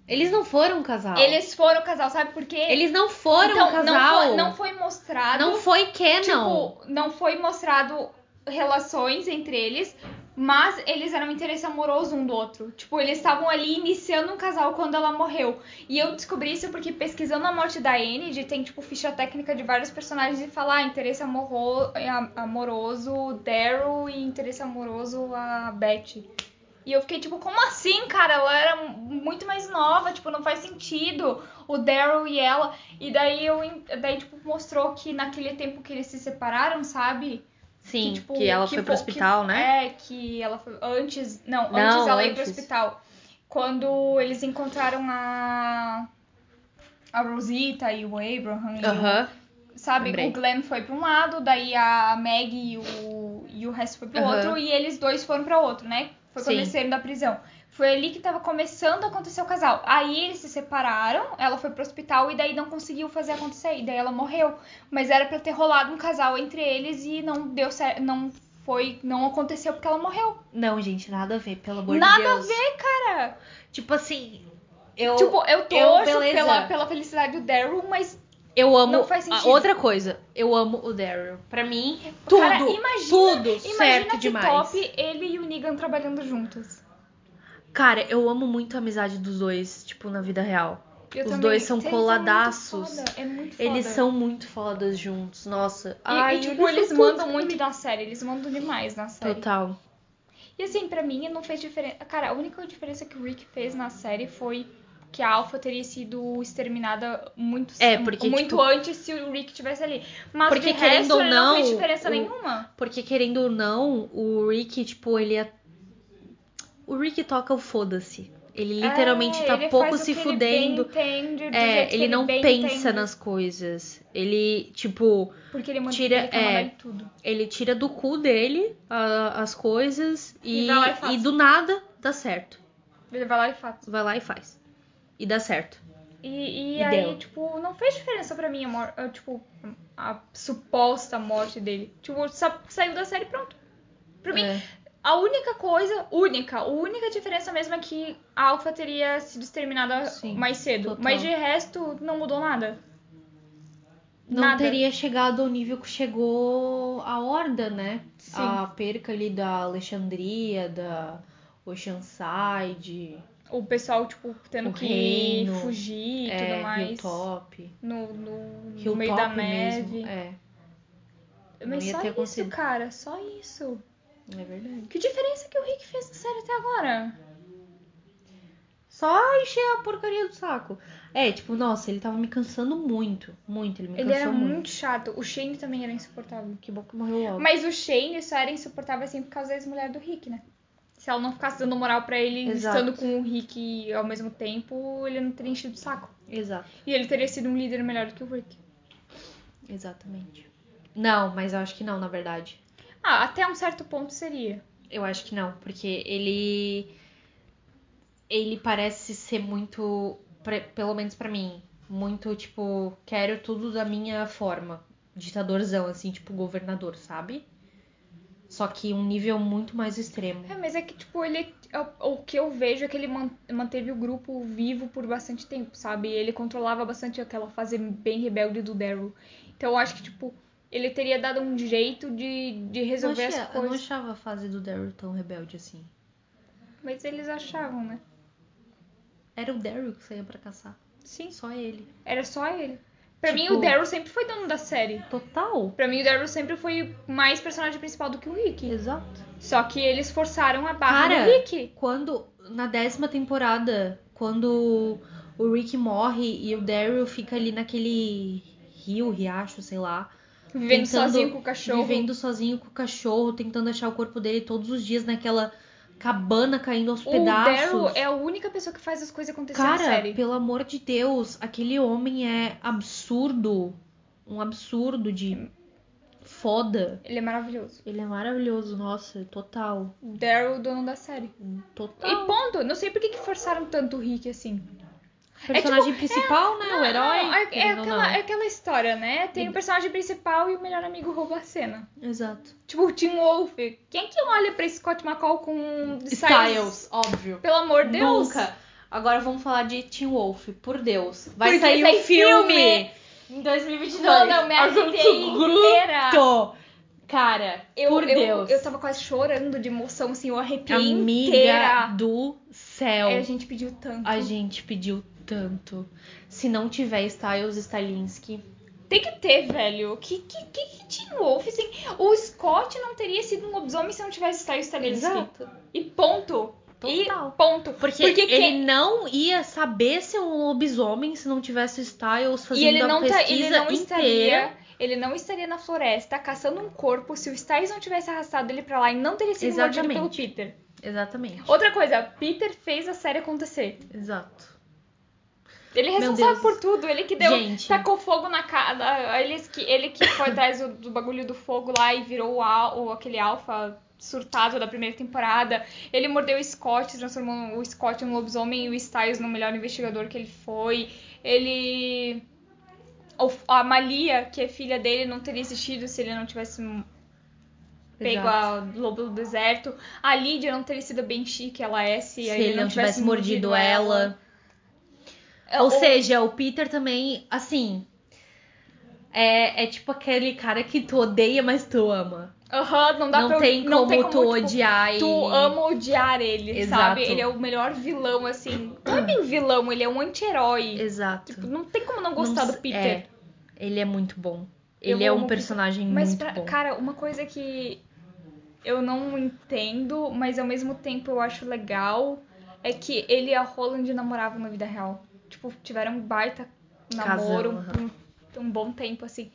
Speaker 2: Eles não foram um casal.
Speaker 1: Eles foram casal, sabe por quê?
Speaker 2: Eles não foram
Speaker 1: então,
Speaker 2: um casal.
Speaker 1: Não foi, não foi mostrado.
Speaker 2: Não foi canon.
Speaker 1: tipo, não foi mostrado relações entre eles, mas eles eram um interesse amoroso um do outro. Tipo, eles estavam ali iniciando um casal quando ela morreu. E eu descobri isso porque pesquisando a morte da Enid, tem tipo ficha técnica de vários personagens e falar interesse amorro- a- amoroso Daryl e interesse amoroso a Beth. E eu fiquei tipo, como assim, cara? Ela era muito mais nova, tipo, não faz sentido o Daryl e ela. E daí eu en- daí tipo mostrou que naquele tempo que eles se separaram, sabe?
Speaker 2: Sim, que,
Speaker 1: tipo,
Speaker 2: ela foi pro
Speaker 1: fo-
Speaker 2: hospital,
Speaker 1: que-
Speaker 2: né?
Speaker 1: É, que ela foi antes, não,
Speaker 2: Não,
Speaker 1: antes ela ir pro
Speaker 2: antes.
Speaker 1: hospital. Quando eles encontraram a a Rosita e o Abraham, e o-
Speaker 2: Aham.
Speaker 1: sabe,
Speaker 2: lembrei.
Speaker 1: o Glenn foi pra um lado, daí a Maggie e o e o resto foi pro
Speaker 2: Aham.
Speaker 1: outro e eles dois foram pra outro, né? Foi quando
Speaker 2: Sim.
Speaker 1: eles saíram da prisão. Foi ali que tava começando a acontecer o casal. Aí eles se separaram, ela foi pro hospital e daí não conseguiu fazer acontecer. E daí ela morreu. Mas era pra ter rolado um casal entre eles e não deu certo. Não foi. Não aconteceu porque ela morreu.
Speaker 2: Não, gente, nada a ver, pelo amor
Speaker 1: Nada
Speaker 2: de Deus. Nada a ver.
Speaker 1: Cara,
Speaker 2: Tipo assim, eu
Speaker 1: tipo, eu
Speaker 2: eu-
Speaker 1: torço
Speaker 2: beleza.
Speaker 1: pela, pela felicidade do Daryl, mas.
Speaker 2: eu amo
Speaker 1: não faz
Speaker 2: Ah,
Speaker 1: sentido.
Speaker 2: outra coisa, eu amo o Daryl. Pra mim, tudo,
Speaker 1: cara, imagina,
Speaker 2: tudo
Speaker 1: imagina
Speaker 2: certo
Speaker 1: que
Speaker 2: demais.
Speaker 1: top ele e o Negan trabalhando juntos.
Speaker 2: Cara, eu amo muito a amizade dos dois, tipo, na vida real.
Speaker 1: Eu
Speaker 2: Os
Speaker 1: também.
Speaker 2: dois são
Speaker 1: Eles muito
Speaker 2: coladaços.
Speaker 1: foda, é muito foda.
Speaker 2: Eles são muito fodas juntos, nossa.
Speaker 1: E, e, tipo, eles, mandam muito da série, eles mandam demais na série.
Speaker 2: Total.
Speaker 1: E assim, pra mim não fez diferença. Cara, a única diferença que o Rick fez na série foi que a Alpha teria sido exterminada muito
Speaker 2: É, porque,
Speaker 1: muito
Speaker 2: tipo-
Speaker 1: antes se o Rick tivesse ali. Mas
Speaker 2: Porque,
Speaker 1: de resto,
Speaker 2: querendo ou
Speaker 1: ele não,
Speaker 2: não,
Speaker 1: fez diferença
Speaker 2: o-
Speaker 1: nenhuma.
Speaker 2: Porque querendo ou não, o Rick, tipo, ele é. O Rick toca o foda-se. Ele literalmente
Speaker 1: É,
Speaker 2: tá
Speaker 1: ele
Speaker 2: pouco
Speaker 1: faz o
Speaker 2: se
Speaker 1: que
Speaker 2: fudendo.
Speaker 1: Ele bem entende, do
Speaker 2: é,
Speaker 1: jeito
Speaker 2: ele,
Speaker 1: que
Speaker 2: não
Speaker 1: bem
Speaker 2: pensa
Speaker 1: entende,
Speaker 2: nas coisas. Ele, tipo,
Speaker 1: Porque ele manda
Speaker 2: tira-
Speaker 1: ele quer
Speaker 2: é,
Speaker 1: mandar em tudo.
Speaker 2: ele tira do cu dele a- as coisas
Speaker 1: E
Speaker 2: e,
Speaker 1: vai lá e faz.
Speaker 2: e do nada dá certo.
Speaker 1: Ele vai lá e faz.
Speaker 2: Vai lá e faz. E dá certo.
Speaker 1: E, e
Speaker 2: E
Speaker 1: aí,
Speaker 2: deu.
Speaker 1: tipo, não fez diferença pra mim a, mor- a, tipo, a suposta morte dele. Tipo, sa- saiu da série e pronto. Pra mim,
Speaker 2: É.
Speaker 1: a única coisa, única, a única diferença mesmo é que a Alpha teria sido exterminada
Speaker 2: Sim,
Speaker 1: mais cedo.
Speaker 2: total.
Speaker 1: Mas de resto, não mudou nada.
Speaker 2: Não
Speaker 1: Nada.
Speaker 2: teria chegado ao nível que chegou a Horda, né?
Speaker 1: Sim.
Speaker 2: A perca ali da Alexandria, da Oceanside.
Speaker 1: O pessoal, tipo, tendo
Speaker 2: O
Speaker 1: que
Speaker 2: reino,
Speaker 1: fugir e tudo mais.
Speaker 2: é, Hilltop.
Speaker 1: No, no, no
Speaker 2: Hilltop
Speaker 1: meio da neve.
Speaker 2: mesmo. É, não
Speaker 1: Mas
Speaker 2: ia
Speaker 1: só
Speaker 2: ter
Speaker 1: isso,
Speaker 2: acontecido.
Speaker 1: cara, só isso.
Speaker 2: é verdade.
Speaker 1: Que diferença que o Rick fez na série até agora?
Speaker 2: Só encher a porcaria do saco. É, tipo, nossa, ele tava me cansando muito. Muito, ele me
Speaker 1: Ele
Speaker 2: cansou
Speaker 1: era
Speaker 2: muito.
Speaker 1: muito chato. O Shane também era insuportável.
Speaker 2: Que bom que morreu logo.
Speaker 1: Mas o Shane só era insuportável assim por causa da ex-mulher do Rick, né? se ela não ficasse dando moral pra ele
Speaker 2: Exato.
Speaker 1: estando com o Rick ao mesmo tempo, ele não teria enchido o saco.
Speaker 2: Exato,
Speaker 1: E ele teria sido um líder melhor do que o Rick.
Speaker 2: exatamente. Não, mas eu acho que não, na verdade.
Speaker 1: Ah, até um certo ponto seria.
Speaker 2: Eu acho que não, porque ele. Ele parece ser muito. pre- Pelo menos pra mim. Muito, tipo, quero tudo da minha forma. Ditadorzão, assim, tipo, governador, sabe? Só que um nível muito mais extremo.
Speaker 1: É, mas é que, tipo, ele. O, o que eu vejo é que ele man- manteve o grupo vivo por bastante tempo, sabe? Ele controlava bastante aquela fase bem rebelde do Daryl. Então eu acho que, tipo, ele teria dado um jeito de, de
Speaker 2: Eu, não
Speaker 1: resolver
Speaker 2: achei-
Speaker 1: as
Speaker 2: eu não
Speaker 1: coisas.
Speaker 2: achava a fase do Daryl tão rebelde assim.
Speaker 1: Mas eles achavam, né?
Speaker 2: Era o Daryl que saía pra caçar.
Speaker 1: Sim.
Speaker 2: Só ele.
Speaker 1: Era só ele. Pra mim,
Speaker 2: Tipo-
Speaker 1: o Daryl sempre foi dono da série.
Speaker 2: Total.
Speaker 1: Pra mim, o Daryl sempre foi mais personagem principal do que o Rick.
Speaker 2: Exato.
Speaker 1: Só que eles forçaram a barra
Speaker 2: Cara,
Speaker 1: do Rick.
Speaker 2: Quando, na décima temporada, quando o Rick morre e o Daryl fica ali naquele rio, riacho, sei lá.
Speaker 1: Vivendo
Speaker 2: tentando-
Speaker 1: sozinho com o cachorro.
Speaker 2: Vivendo sozinho com o cachorro, tentando achar o corpo dele todos os dias naquela cabana caindo aos
Speaker 1: O
Speaker 2: pedaços.
Speaker 1: Daryl é a única pessoa que faz as coisas acontecerem na
Speaker 2: Cara,
Speaker 1: série.
Speaker 2: pelo amor de Deus, aquele homem é absurdo. Um absurdo de foda.
Speaker 1: Ele é maravilhoso.
Speaker 2: Ele é maravilhoso, nossa, total.
Speaker 1: Daryl, é dono da série.
Speaker 2: Total.
Speaker 1: E ponto. Não sei por que, que forçaram tanto o Rick assim.
Speaker 2: personagem principal, né? o herói.
Speaker 1: Não, tipo, é, é
Speaker 2: querendo ou não.
Speaker 1: aquela, é aquela história, né? Tem o personagem principal e o melhor amigo rouba a cena.
Speaker 2: Exato.
Speaker 1: Tipo, o Tim Wolf. Quem é que olha pra Scott McCall com
Speaker 2: óbvio.
Speaker 1: Pelo amor de Deus.
Speaker 2: Nunca. Agora vamos falar de Teen Wolf, por Deus. Vai
Speaker 1: Porque
Speaker 2: sair
Speaker 1: tem
Speaker 2: um filme,
Speaker 1: filme.
Speaker 2: em 2022.
Speaker 1: Mano, eu me
Speaker 2: Assunto
Speaker 1: arrepiei inteira.
Speaker 2: Gruto. Cara,
Speaker 1: Eu,
Speaker 2: por
Speaker 1: eu,
Speaker 2: Deus.
Speaker 1: Eu tava quase chorando de emoção, assim, eu arrepiei
Speaker 2: Amiga
Speaker 1: inteira.
Speaker 2: do céu.
Speaker 1: É, a gente pediu tanto.
Speaker 2: A gente pediu tanto. Se não tiver Styles Stalinski,
Speaker 1: Tem que ter, velho. Que, que, que, que Tim Wolf, assim... O Scott não teria sido um lobisomem se não tivesse Styles Stalinski.
Speaker 2: Exato.
Speaker 1: E ponto.
Speaker 2: Total.
Speaker 1: E ponto.
Speaker 2: Porque,
Speaker 1: Porque
Speaker 2: ele
Speaker 1: quem-
Speaker 2: não ia saber ser um lobisomem se não tivesse Styles fazendo
Speaker 1: E ele não,
Speaker 2: a
Speaker 1: tá-
Speaker 2: pesquisa
Speaker 1: ele não
Speaker 2: inteira.
Speaker 1: estaria... Ele não estaria na floresta caçando um corpo se o Styles não tivesse arrastado ele pra lá e não teria sido mordido pelo
Speaker 2: Exatamente.
Speaker 1: Peter.
Speaker 2: Exatamente.
Speaker 1: Outra coisa, Peter fez a série acontecer.
Speaker 2: Exato.
Speaker 1: Ele é
Speaker 2: Meu
Speaker 1: responsável
Speaker 2: Deus.
Speaker 1: por tudo, ele que deu.
Speaker 2: Gente.
Speaker 1: Tacou fogo na casa. Ele que, ele que foi atrás do, do bagulho do fogo lá e virou o, al, o- aquele alfa surtado da primeira temporada. Ele mordeu o Scott, transformou o Scott em um lobisomem e o Styles no melhor investigador que ele foi. Ele. o- A Malia, que é filha dele, não teria existido se ele não tivesse pego
Speaker 2: Exato.
Speaker 1: a lobo do deserto. A Lídia não teria sido bem chique, ela é, se,
Speaker 2: Se ele não tivesse mordido ela.
Speaker 1: É,
Speaker 2: Ou seja, o Peter também, assim. É, é tipo aquele cara que tu odeia, mas tu ama.
Speaker 1: Aham, não dá
Speaker 2: não,
Speaker 1: pra
Speaker 2: tem
Speaker 1: não tem
Speaker 2: como tu
Speaker 1: como tipo,
Speaker 2: odiar e.
Speaker 1: Tu ama odiar ele,
Speaker 2: Exato.
Speaker 1: sabe? Ele é o melhor vilão, assim. Não é bem vilão, ele é um anti-herói.
Speaker 2: Exato.
Speaker 1: Tipo, não tem como não gostar
Speaker 2: Não
Speaker 1: do
Speaker 2: s-
Speaker 1: Peter.
Speaker 2: é. ele é muito bom.
Speaker 1: Eu
Speaker 2: Ele é
Speaker 1: amo o
Speaker 2: um
Speaker 1: Peter.
Speaker 2: personagem
Speaker 1: mas,
Speaker 2: muito
Speaker 1: pra-
Speaker 2: bom.
Speaker 1: cara, uma coisa que eu não entendo, mas ao mesmo tempo eu acho legal, é que ele e a Holland namoravam na vida real. Tipo, tiveram um baita
Speaker 2: Casal,
Speaker 1: namoro um-
Speaker 2: aham.
Speaker 1: um, um bom tempo, assim.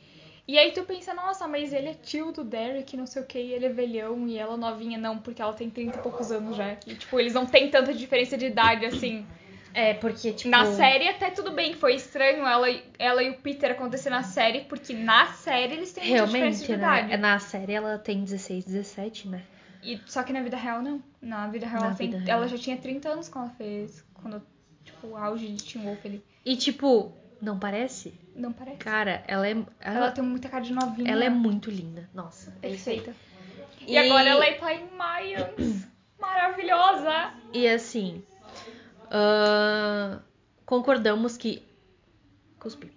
Speaker 1: E aí tu pensa, nossa, mas ele é tio do Derek, não sei o que, e ele é velhão e ela novinha, não, porque ela tem 30 e poucos anos já. E, tipo, eles não têm tanta diferença de idade, assim.
Speaker 2: É, porque, tipo.
Speaker 1: Na série até tudo bem, que foi estranho ela, e- ela e o Peter acontecer na série, porque na série eles têm muita diferença de
Speaker 2: Realmente,
Speaker 1: idade.
Speaker 2: né? Na série ela tem 16, 17, né?
Speaker 1: E, só que na vida real, não. Na vida real,
Speaker 2: Na
Speaker 1: ela, tem-
Speaker 2: vida real.
Speaker 1: ela já tinha 30 anos quando ela fez. Quando, tipo, o auge de Teen Wolf ali.
Speaker 2: E, tipo, não parece?
Speaker 1: Não parece.
Speaker 2: Cara, ela é. Ela,
Speaker 1: Ela tem muita cara de novinha.
Speaker 2: ela é muito linda. Nossa. é
Speaker 1: perfeita. E, agora ela é pai em Mayans. Maravilhosa!
Speaker 2: E assim. ahn, concordamos que. Cuspi.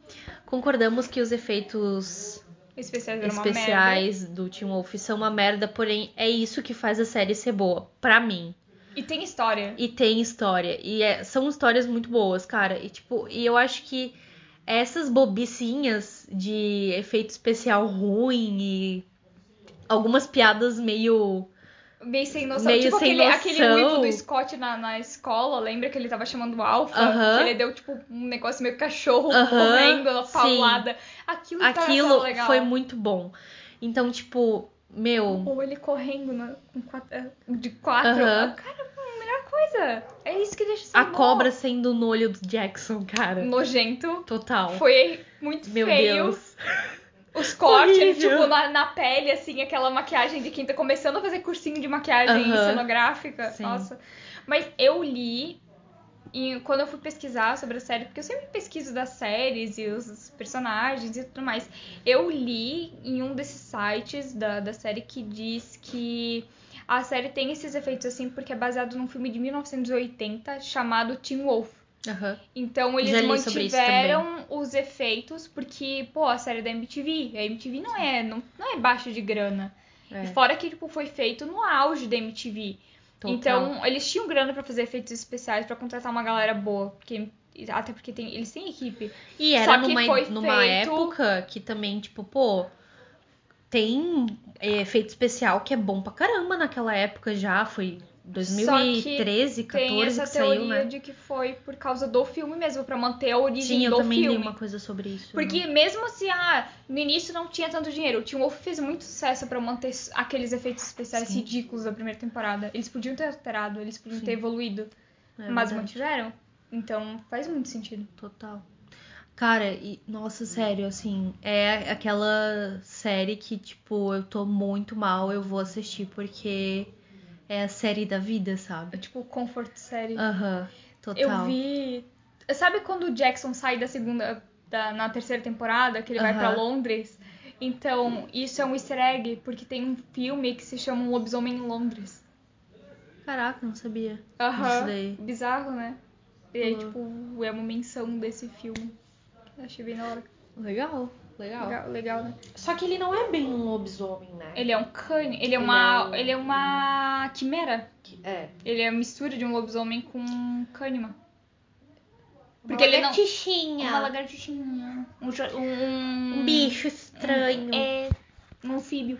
Speaker 2: Concordamos que os efeitos
Speaker 1: Especiais era uma merda.
Speaker 2: especiais do Tim Wolf são uma merda, porém é isso que faz a série ser boa, pra mim.
Speaker 1: E tem história.
Speaker 2: E tem história. E é- são histórias muito boas, cara. E tipo, e eu acho que essas bobicinhas de efeito especial ruim e algumas piadas meio.
Speaker 1: Meio sem noção.
Speaker 2: Meio
Speaker 1: tipo
Speaker 2: sem
Speaker 1: aquele,
Speaker 2: noção.
Speaker 1: aquele uivo do Scott na, na escola, lembra que ele tava chamando o Alpha?
Speaker 2: Aham.
Speaker 1: Que Ele deu, tipo, um negócio meio cachorro
Speaker 2: Aham,
Speaker 1: correndo, ela
Speaker 2: sim.
Speaker 1: paulada. Aquilo, tava- tava
Speaker 2: Aquilo
Speaker 1: tá legal.
Speaker 2: foi muito bom. Então, tipo, meu,
Speaker 1: Ou ele correndo na- com quatro- é, de quatro. Ah,
Speaker 2: Aham.
Speaker 1: Cara, a melhor coisa. É isso que deixa essa
Speaker 2: a cobra sendo no olho do Jackson, cara.
Speaker 1: nojento.
Speaker 2: Total.
Speaker 1: Foi muito
Speaker 2: Meu
Speaker 1: feio.
Speaker 2: Deus.
Speaker 1: Os cortes,
Speaker 2: Horrível.
Speaker 1: tipo, na, na pele, assim, aquela maquiagem de quem tá começando a fazer cursinho de maquiagem
Speaker 2: Aham.
Speaker 1: cenográfica.
Speaker 2: Sim.
Speaker 1: Nossa. Mas eu li, e quando eu fui pesquisar sobre a série, porque eu sempre pesquiso das séries e os personagens e tudo mais, eu li em um desses sites da, da série que diz que a série tem esses efeitos, assim, porque é baseado num filme de 1980 chamado Teen Wolf.
Speaker 2: Aham.
Speaker 1: Então eles
Speaker 2: Já li sobre isso
Speaker 1: mantiveram os efeitos, porque, pô, a série é da MTV. A MTV não é, não, não é baixa de grana.
Speaker 2: É,
Speaker 1: E fora que, tipo, foi feito no auge da MTV.
Speaker 2: total.
Speaker 1: Então, eles tinham grana pra fazer efeitos especiais, pra contratar uma galera boa. Porque, até porque tem, eles têm equipe.
Speaker 2: E
Speaker 1: Só
Speaker 2: era
Speaker 1: que
Speaker 2: numa,
Speaker 1: foi
Speaker 2: numa
Speaker 1: feito-
Speaker 2: época que também, tipo, pô, tem é, efeito especial que é bom pra caramba naquela época já, foi 2013, 14
Speaker 1: Tem essa
Speaker 2: que saiu,
Speaker 1: teoria
Speaker 2: né?
Speaker 1: de que foi por causa do filme mesmo, pra manter a origem
Speaker 2: Sim, eu
Speaker 1: do
Speaker 2: também
Speaker 1: filme.
Speaker 2: li uma coisa sobre isso. né?
Speaker 1: Porque mesmo se ah, no início não tinha tanto dinheiro, o Teen Wolf fez muito sucesso pra manter s- aqueles efeitos especiais
Speaker 2: Sim.
Speaker 1: ridículos da primeira temporada. Eles podiam ter alterado, eles podiam
Speaker 2: Sim.
Speaker 1: ter evoluído,
Speaker 2: É
Speaker 1: mas
Speaker 2: verdade,
Speaker 1: mantiveram. Então faz muito sentido.
Speaker 2: Total. Cara, e, nossa, sério, assim, é aquela série que, tipo, eu tô muito mal, eu vou assistir porque é a série da vida,
Speaker 1: É
Speaker 2: sabe?
Speaker 1: tipo comfort série.
Speaker 2: Aham, Ah, total.
Speaker 1: Eu vi, sabe quando o Jackson sai da segunda da- na terceira temporada, que ele vai pra
Speaker 2: Aham.
Speaker 1: Londres? Então, isso é um easter egg, porque tem um filme que se chama Um Lobisomem em Londres.
Speaker 2: Caraca, não sabia.
Speaker 1: Aham.
Speaker 2: Isso daí.
Speaker 1: Bizarro, né? E aí,
Speaker 2: Uhum.
Speaker 1: tipo, é uma menção desse filme. Achei bem da hora.
Speaker 2: Legal, legal.
Speaker 1: Legal, legal, né?
Speaker 2: Só que ele não é bem um lobisomem, né?
Speaker 1: Ele é um cane, ele é
Speaker 2: Ele
Speaker 1: uma.
Speaker 2: é um-
Speaker 1: Ele é uma quimera.
Speaker 2: É.
Speaker 1: Ele é uma mistura de um lobisomem com um cânima.
Speaker 2: Porque ele não...
Speaker 1: Uma lagartixinha. Um, jo- um,
Speaker 2: Um bicho estranho.
Speaker 1: É. Um anfíbio.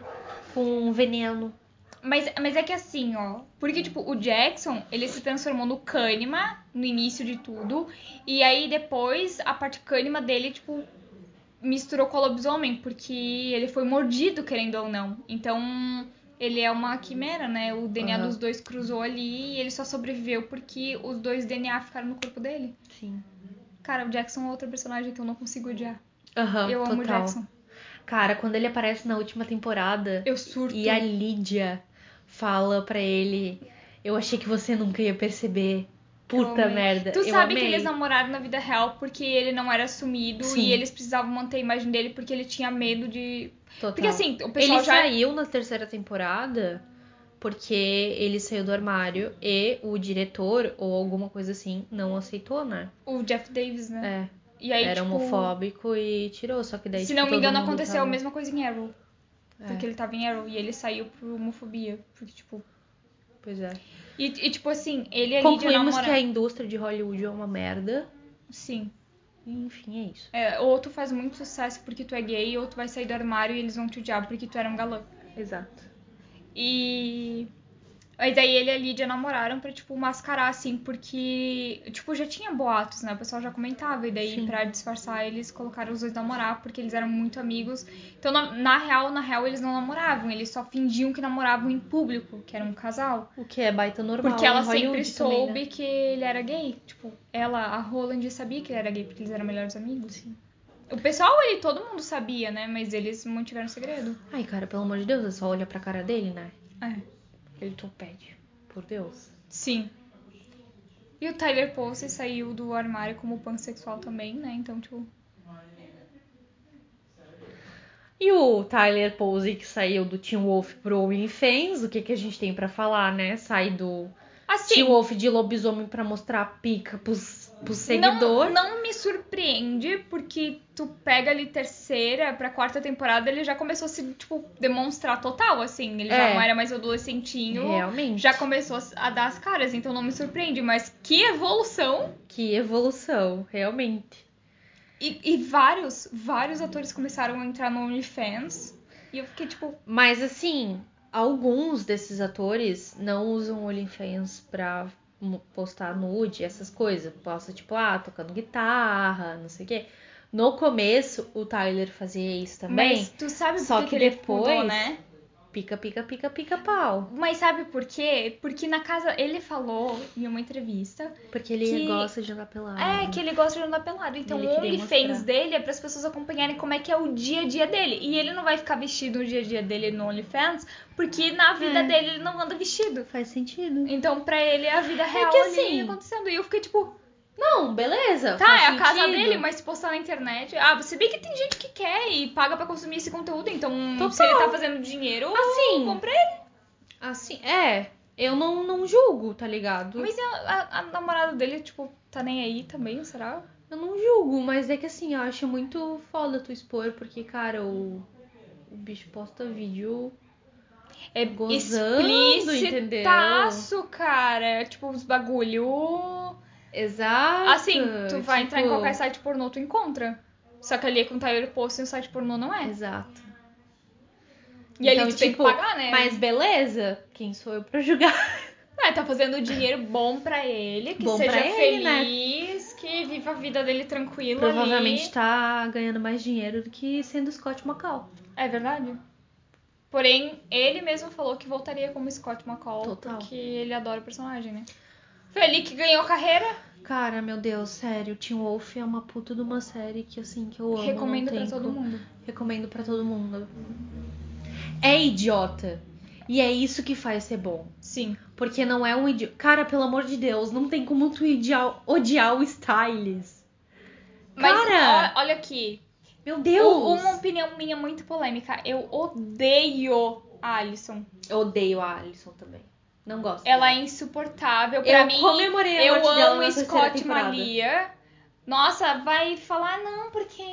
Speaker 2: Com um veneno.
Speaker 1: Mas, mas é que assim, ó. Porque, tipo, o Jackson, ele se transformou no Kahneman no início de tudo. E aí depois a parte Kahneman dele, tipo, misturou com o lobisomem, porque ele foi mordido, querendo ou não. Então, ele é uma quimera, né? O DNA
Speaker 2: Aham.
Speaker 1: dos dois cruzou ali e ele só sobreviveu porque os dois DNA ficaram no corpo dele.
Speaker 2: Sim.
Speaker 1: Cara, o Jackson é outro personagem que eu não consigo odiar.
Speaker 2: Aham,
Speaker 1: eu
Speaker 2: total.
Speaker 1: amo o Jackson.
Speaker 2: Cara, quando ele aparece na última temporada
Speaker 1: Eu surto.
Speaker 2: e a Lídia fala pra ele, eu achei que você nunca ia perceber. Puta
Speaker 1: amei.
Speaker 2: merda.
Speaker 1: Tu
Speaker 2: eu
Speaker 1: sabe
Speaker 2: amei.
Speaker 1: que eles namoraram na vida real porque ele não era assumido
Speaker 2: Sim.
Speaker 1: e eles precisavam manter a imagem dele porque ele tinha medo de.
Speaker 2: Total.
Speaker 1: Porque assim, o pessoal
Speaker 2: Ele
Speaker 1: já.
Speaker 2: saiu na terceira temporada porque ele saiu do armário e o diretor ou alguma coisa assim não aceitou, né?
Speaker 1: O Jeff Davis, né?
Speaker 2: É.
Speaker 1: E aí,
Speaker 2: era
Speaker 1: tipo,
Speaker 2: homofóbico e tirou, só que daí
Speaker 1: Se
Speaker 2: tipo,
Speaker 1: não me
Speaker 2: todo
Speaker 1: engano,
Speaker 2: mundo
Speaker 1: aconteceu
Speaker 2: tava-
Speaker 1: a mesma coisa em Arrow.
Speaker 2: É,
Speaker 1: Porque ele tava em Arrow e ele saiu por homofobia. Porque, tipo.
Speaker 2: Pois é.
Speaker 1: E, e, tipo assim, ele e a Lídia
Speaker 2: Concluímos que é
Speaker 1: namoraram.
Speaker 2: a indústria de Hollywood é uma merda.
Speaker 1: Sim.
Speaker 2: e, Enfim, é isso.
Speaker 1: É, ou tu faz muito sucesso porque tu é gay, ou tu vai sair do armário e eles vão te odiar porque tu era um galã.
Speaker 2: Exato.
Speaker 1: E. Mas aí ele e a Lídia namoraram pra, tipo, mascarar, assim, porque, tipo, já tinha boatos, né? O pessoal já comentava. E daí,
Speaker 2: Sim.
Speaker 1: pra disfarçar, eles colocaram os dois namorar, porque eles eram muito amigos. Então, na, na real, na real, eles não namoravam. Eles só fingiam que namoravam em público, que era um casal.
Speaker 2: O que é baita normal.
Speaker 1: Porque ela
Speaker 2: em
Speaker 1: sempre
Speaker 2: Hollywood também,
Speaker 1: soube
Speaker 2: né?
Speaker 1: que ele era gay. Tipo, ela, a Roland, sabia que ele era gay, porque eles eram melhores amigos. O pessoal ali, todo mundo sabia, né? Mas eles mantiveram o segredo.
Speaker 2: Ai, cara, pelo amor de Deus, é só olhar pra cara dele, né?
Speaker 1: É.
Speaker 2: Ele topede. Por Deus.
Speaker 1: Sim. E o Tyler Posey saiu do armário como pansexual também, né? Então, tipo.
Speaker 2: E o Tyler Posey que saiu do Teen Wolf pro OnlyFans, o que, que a gente tem pra falar, né? Sai do
Speaker 1: Assim,
Speaker 2: Teen Wolf de lobisomem pra mostrar a pica pros, pros
Speaker 1: não,
Speaker 2: seguidor.
Speaker 1: não me surpreende, porque tu pega ali terceira pra quarta temporada, ele já começou a se, tipo, demonstrar total, assim. Ele já
Speaker 2: É.
Speaker 1: não era mais adolescentinho.
Speaker 2: Realmente.
Speaker 1: Já começou a dar as caras, então não me surpreende, mas que evolução!
Speaker 2: Que evolução, realmente.
Speaker 1: E, e vários, vários atores começaram a entrar no OnlyFans. E eu fiquei tipo,
Speaker 2: Mas assim, alguns desses atores não usam o OnlyFans pra mo- postar nude, essas coisas. Posta, tipo, ah, tocando guitarra, não sei o quê. No começo, o Tyler fazia isso também.
Speaker 1: mas tu sabe por
Speaker 2: Só
Speaker 1: que,
Speaker 2: que
Speaker 1: ele
Speaker 2: depois-
Speaker 1: mudou, né?
Speaker 2: Pica, pica, pica, pica pau.
Speaker 1: Mas sabe por quê? Porque na casa ele falou em uma entrevista
Speaker 2: Porque ele
Speaker 1: Que-
Speaker 2: gosta de andar pelado.
Speaker 1: é que ele gosta de andar pelado. Então
Speaker 2: Ah. Ele
Speaker 1: o
Speaker 2: queria
Speaker 1: OnlyFans
Speaker 2: mostrar.
Speaker 1: dele é para as pessoas acompanharem como é que é o dia a dia dele. E ele não vai ficar vestido o dia a dia dele no OnlyFans, porque na vida
Speaker 2: É.
Speaker 1: dele ele não anda vestido.
Speaker 2: Faz sentido.
Speaker 1: Então pra ele é a vida real
Speaker 2: que
Speaker 1: ali
Speaker 2: assim-
Speaker 1: acontecendo. E eu fiquei tipo,
Speaker 2: Não, beleza.
Speaker 1: Tá,
Speaker 2: faz
Speaker 1: é a casa
Speaker 2: sentido.
Speaker 1: dele, mas se postar na internet. Ah, se bem que tem gente que quer e paga pra consumir esse conteúdo, então
Speaker 2: Total.
Speaker 1: se ele tá fazendo dinheiro,
Speaker 2: Assim.
Speaker 1: compra ele.
Speaker 2: Assim, é. Eu não, não julgo, tá ligado?
Speaker 1: Mas a, a- a namorada dele, tipo, tá nem aí também, será?
Speaker 2: Eu não julgo, mas é que assim, eu acho muito foda tu expor, porque, cara, o, o bicho posta vídeo.
Speaker 1: É
Speaker 2: Gozando, entendeu?
Speaker 1: explicitaço, cara. Tipo, os bagulho.
Speaker 2: Exato.
Speaker 1: Assim, tu vai entrar em
Speaker 2: tipo,
Speaker 1: qualquer site pornô, tu encontra. Só que ali é com Tyler Post e um site pornô não é.
Speaker 2: Exato.
Speaker 1: E ali
Speaker 2: Então,
Speaker 1: tu tem que
Speaker 2: tipo,
Speaker 1: pagar, né?
Speaker 2: Mas beleza, quem sou eu pra julgar?
Speaker 1: É, tá fazendo dinheiro bom pra ele, que
Speaker 2: Bom
Speaker 1: seja
Speaker 2: pra ele, né?
Speaker 1: feliz, que viva a vida dele tranquila.
Speaker 2: Provavelmente
Speaker 1: ali.
Speaker 2: tá ganhando mais dinheiro do que sendo Scott Macau.
Speaker 1: É verdade. Porém, ele mesmo falou que voltaria como Scott McCall,
Speaker 2: Total.
Speaker 1: porque ele adora o personagem, né? Foi ali que ganhou carreira.
Speaker 2: Cara, meu Deus, sério, Teen Wolf é uma puta de uma série que assim, que eu amo.
Speaker 1: Recomendo
Speaker 2: não
Speaker 1: pra
Speaker 2: tem
Speaker 1: todo
Speaker 2: como.
Speaker 1: mundo.
Speaker 2: Recomendo pra todo mundo. É idiota. E é isso que faz ser bom.
Speaker 1: Sim.
Speaker 2: Porque não é um idiota. Cara, pelo amor de Deus, não tem como tu idia- odiar o Styles.
Speaker 1: Mas
Speaker 2: Cara!
Speaker 1: ó- olha aqui.
Speaker 2: Meu
Speaker 1: u-
Speaker 2: Deus!
Speaker 1: Uma opinião minha muito polêmica. Eu odeio a Alison.
Speaker 2: Eu odeio a Alison também. Não gosto.
Speaker 1: Ela é
Speaker 2: dela.
Speaker 1: insuportável. Pra
Speaker 2: Eu
Speaker 1: mim,
Speaker 2: comemorei a
Speaker 1: eu
Speaker 2: morte dela
Speaker 1: amo
Speaker 2: na terceira
Speaker 1: Scott
Speaker 2: temporada.
Speaker 1: Mania. Nossa, vai falar não, porque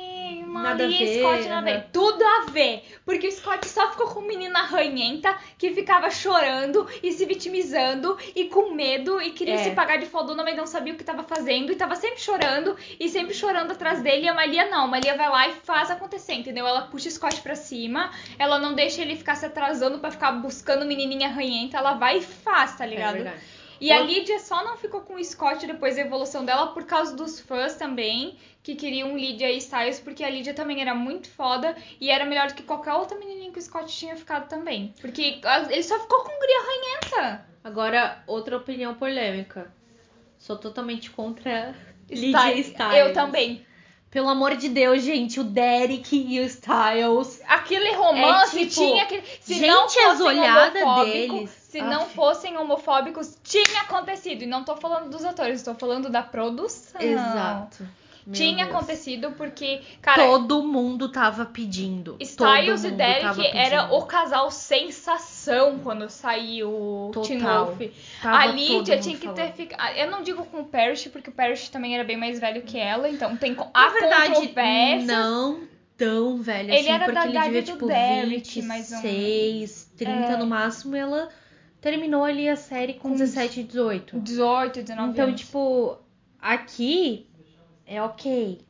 Speaker 2: Nada
Speaker 1: Maria
Speaker 2: a
Speaker 1: e
Speaker 2: ver,
Speaker 1: Scott nada a ver.
Speaker 2: né?
Speaker 1: Tudo a ver. Porque o Scott só ficou com menina ranhenta que ficava chorando e se vitimizando e com medo e queria
Speaker 2: É.
Speaker 1: se pagar de fodona, mas não sabia o que tava fazendo e tava sempre chorando e sempre chorando atrás dele. E a Maria não. A Maria vai lá e faz acontecer, entendeu? Ela puxa o Scott pra cima, ela não deixa ele ficar se atrasando pra ficar buscando menininha ranhenta. Ela vai e faz, tá
Speaker 2: É
Speaker 1: ligado?
Speaker 2: verdade.
Speaker 1: E a Lídia só não ficou com o Scott depois da evolução dela por causa dos fãs também, que queriam Lídia e Styles, porque a Lídia também era muito foda e era melhor do que qualquer outra menininha que o Scott tinha ficado também. Porque as- ele só ficou com guria ranhenta.
Speaker 2: Agora, outra opinião polêmica. Sou totalmente contra
Speaker 1: Sty-
Speaker 2: Lydia e Styles.
Speaker 1: Eu também.
Speaker 2: Pelo amor de Deus, gente, o Derek e o Styles.
Speaker 1: Aquele romance
Speaker 2: É, tipo,
Speaker 1: tinha aquele. Se
Speaker 2: gente,
Speaker 1: não
Speaker 2: as
Speaker 1: fossem
Speaker 2: olhadas
Speaker 1: homofóbicos-
Speaker 2: deles.
Speaker 1: Se
Speaker 2: Aff.
Speaker 1: não fossem homofóbicos, tinha acontecido. E não tô falando dos atores, tô falando da produção.
Speaker 2: Exato. Meu
Speaker 1: Ah. Tinha
Speaker 2: Deus.
Speaker 1: acontecido porque, cara,
Speaker 2: Todo mundo tava pedindo.
Speaker 1: Styles
Speaker 2: Todo
Speaker 1: e
Speaker 2: mundo
Speaker 1: Derek
Speaker 2: tava
Speaker 1: era
Speaker 2: pedindo.
Speaker 1: o casal sensação quando saiu o
Speaker 2: Total.
Speaker 1: Teen Wolf.
Speaker 2: Tava
Speaker 1: a
Speaker 2: todo
Speaker 1: Lydia
Speaker 2: mundo
Speaker 1: tinha que ter
Speaker 2: falando.
Speaker 1: ficado. Eu não digo com o Parrish, porque o Parrish também era bem mais velho que ela, então tem co-
Speaker 2: Na
Speaker 1: a
Speaker 2: verdade,
Speaker 1: controvérsias.
Speaker 2: não tão velho
Speaker 1: Ele
Speaker 2: assim,
Speaker 1: era
Speaker 2: porque
Speaker 1: da
Speaker 2: ele
Speaker 1: idade
Speaker 2: devia,
Speaker 1: do
Speaker 2: tipo,
Speaker 1: Derek,
Speaker 2: 26,
Speaker 1: mais ou É.
Speaker 2: 30 no máximo, e ela terminou ali a série com
Speaker 1: Com
Speaker 2: 17, 18.
Speaker 1: 18, 19
Speaker 2: Então,
Speaker 1: anos.
Speaker 2: tipo, aqui é ok.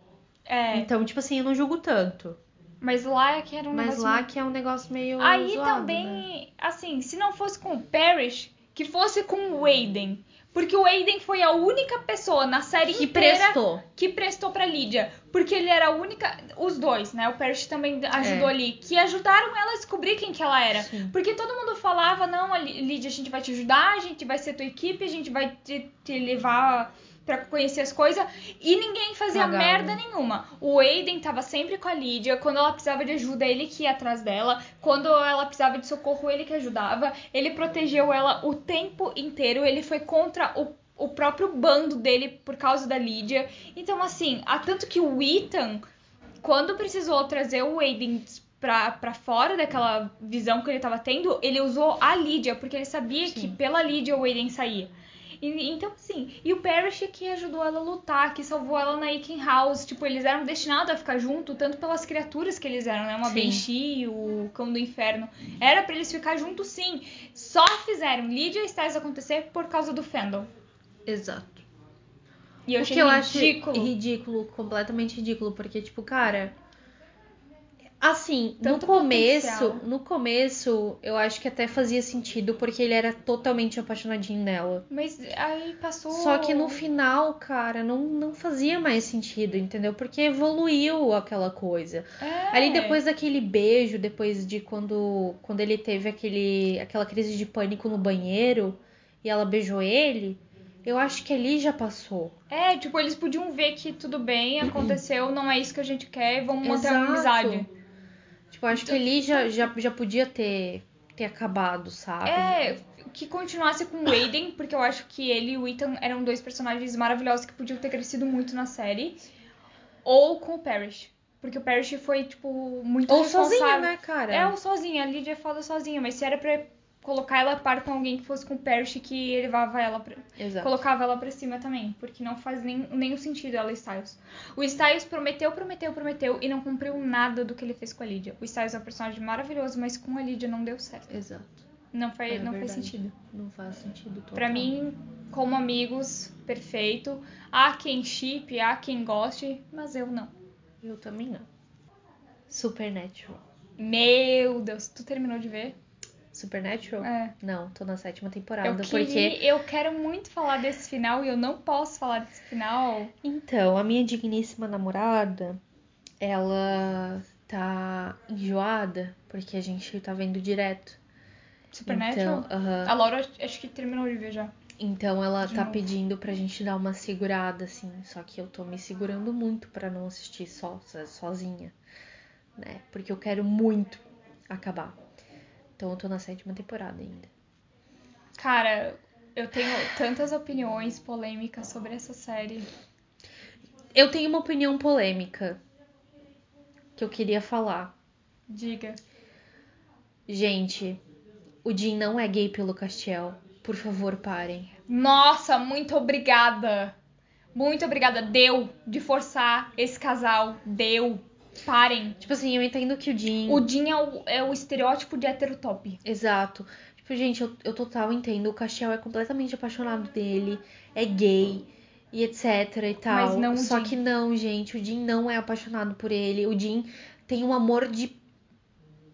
Speaker 1: É,
Speaker 2: Então, tipo assim, eu não julgo tanto.
Speaker 1: mas lá é que era um
Speaker 2: Mas
Speaker 1: negócio
Speaker 2: lá que é um negócio meio.
Speaker 1: Aí
Speaker 2: zoado, né?
Speaker 1: também, assim, se não fosse com o Parrish, que fosse com o Aiden. Porque o Aiden foi a única pessoa na série
Speaker 2: Que
Speaker 1: inteira
Speaker 2: prestou.
Speaker 1: que prestou pra Lídia. Porque ele era a única. Os dois, né? O Parrish também ajudou
Speaker 2: É.
Speaker 1: ali. Que ajudaram ela a descobrir quem que ela era.
Speaker 2: Sim.
Speaker 1: Porque todo mundo falava: não, a Lí- Lídia, a gente vai te ajudar, a gente vai ser tua equipe, a gente vai te, te levar. Pra conhecer as coisas. E ninguém fazia
Speaker 2: Cagava.
Speaker 1: merda nenhuma. O Aiden tava sempre com a Lídia. Quando ela precisava de ajuda, ele que ia atrás dela. Quando ela precisava de socorro, ele que ajudava. Ele protegeu ela o tempo inteiro. Ele foi contra o, o próprio bando dele por causa da Lídia. Então, assim, há tanto que o Ethan, quando precisou trazer o Aiden pra, pra fora daquela visão que ele tava tendo, ele usou a Lídia, porque ele sabia
Speaker 2: Sim.
Speaker 1: que pela Lídia o Aiden saía. E- então, assim, e o Parrish que ajudou ela a lutar, que salvou ela na Aiken House. Tipo, eles eram destinados a ficar junto, tanto pelas criaturas que eles eram, né? Uma
Speaker 2: Sim.
Speaker 1: Banshee e o Cão do Inferno. Era pra eles ficar juntos, sim. Só fizeram Lydia e Styles acontecer por causa do fandom.
Speaker 2: Exato.
Speaker 1: E eu
Speaker 2: o
Speaker 1: achei
Speaker 2: que eu
Speaker 1: ridículo.
Speaker 2: acho ridículo, completamente ridículo, porque, tipo, cara, Assim,
Speaker 1: Tanto
Speaker 2: no começo,
Speaker 1: potencial.
Speaker 2: no começo, eu acho que até fazia sentido porque ele era totalmente apaixonadinho nela.
Speaker 1: Mas aí passou.
Speaker 2: Só que no final, cara, não, não fazia mais sentido, entendeu? Porque evoluiu aquela coisa.
Speaker 1: É.
Speaker 2: Ali depois daquele beijo, depois de quando quando ele teve aquele aquela crise de pânico no banheiro e ela beijou ele, eu acho que ali já passou.
Speaker 1: É, tipo, eles podiam ver que tudo bem, aconteceu, não é isso que a gente quer, vamos manter
Speaker 2: Exato.
Speaker 1: uma amizade. Então
Speaker 2: Tipo, eu acho que ali já, já, já podia ter, ter acabado, sabe?
Speaker 1: É, que continuasse com o Aiden, porque eu acho que ele e o Ethan eram dois personagens maravilhosos que podiam ter crescido muito na série. Ou com o Parrish. Porque o Parrish foi, tipo, muito
Speaker 2: Ou
Speaker 1: responsável.
Speaker 2: sozinha, né, cara?
Speaker 1: É, ou sozinha. A Lydia é foda sozinha, mas se era pra colocar ela a par com alguém que fosse com o Parrish que levava ela pra...
Speaker 2: Exato.
Speaker 1: Colocava ela pra cima também, porque não faz nem, nenhum sentido ela e Styles. O Styles prometeu, prometeu, prometeu e não cumpriu nada do que ele fez com a Lydia. O Styles é um personagem maravilhoso, mas com a Lydia não deu certo.
Speaker 2: Exato.
Speaker 1: Não, faz,
Speaker 2: É
Speaker 1: não faz
Speaker 2: verdade.
Speaker 1: sentido.
Speaker 2: Não faz sentido total.
Speaker 1: Pra mim, como amigos, perfeito. Há quem chip, há quem goste, mas eu não.
Speaker 2: Eu também não. Supernatural.
Speaker 1: Meu Deus, tu terminou de ver?
Speaker 2: Supernatural?
Speaker 1: É.
Speaker 2: Não, tô na sétima temporada,
Speaker 1: Eu,
Speaker 2: porque.
Speaker 1: queria, eu quero muito falar desse final e eu não posso falar desse final.
Speaker 2: Então, a minha digníssima namorada, ela tá enjoada, porque a gente tá vendo direto.
Speaker 1: Supernatural?
Speaker 2: Então, aham.
Speaker 1: A Laura acho que terminou de ver já.
Speaker 2: Então ela
Speaker 1: De
Speaker 2: tá
Speaker 1: novo.
Speaker 2: pedindo pra gente dar uma segurada, assim. Só que eu tô me segurando muito pra não assistir só, so- sozinha, né? Porque eu quero muito acabar. Então eu tô na sétima temporada ainda.
Speaker 1: Cara, eu tenho tantas opiniões polêmicas sobre essa série.
Speaker 2: Eu tenho uma opinião polêmica que eu queria falar.
Speaker 1: Diga.
Speaker 2: Gente, o Jim não é gay pelo Castiel. Por favor, parem.
Speaker 1: Nossa, muito obrigada. Muito obrigada. Deu de forçar esse casal. Deu. Parem.
Speaker 2: Tipo assim, eu entendo que o Jim.
Speaker 1: O Jim é o, é o estereótipo de hétero top.
Speaker 2: Exato. Tipo, gente, eu, eu total entendo. O Castiel é completamente apaixonado dele, é gay e etc e tal.
Speaker 1: Mas não o
Speaker 2: Só
Speaker 1: Jim.
Speaker 2: que não, gente. O Jim não é apaixonado por ele. O Jim tem um amor de.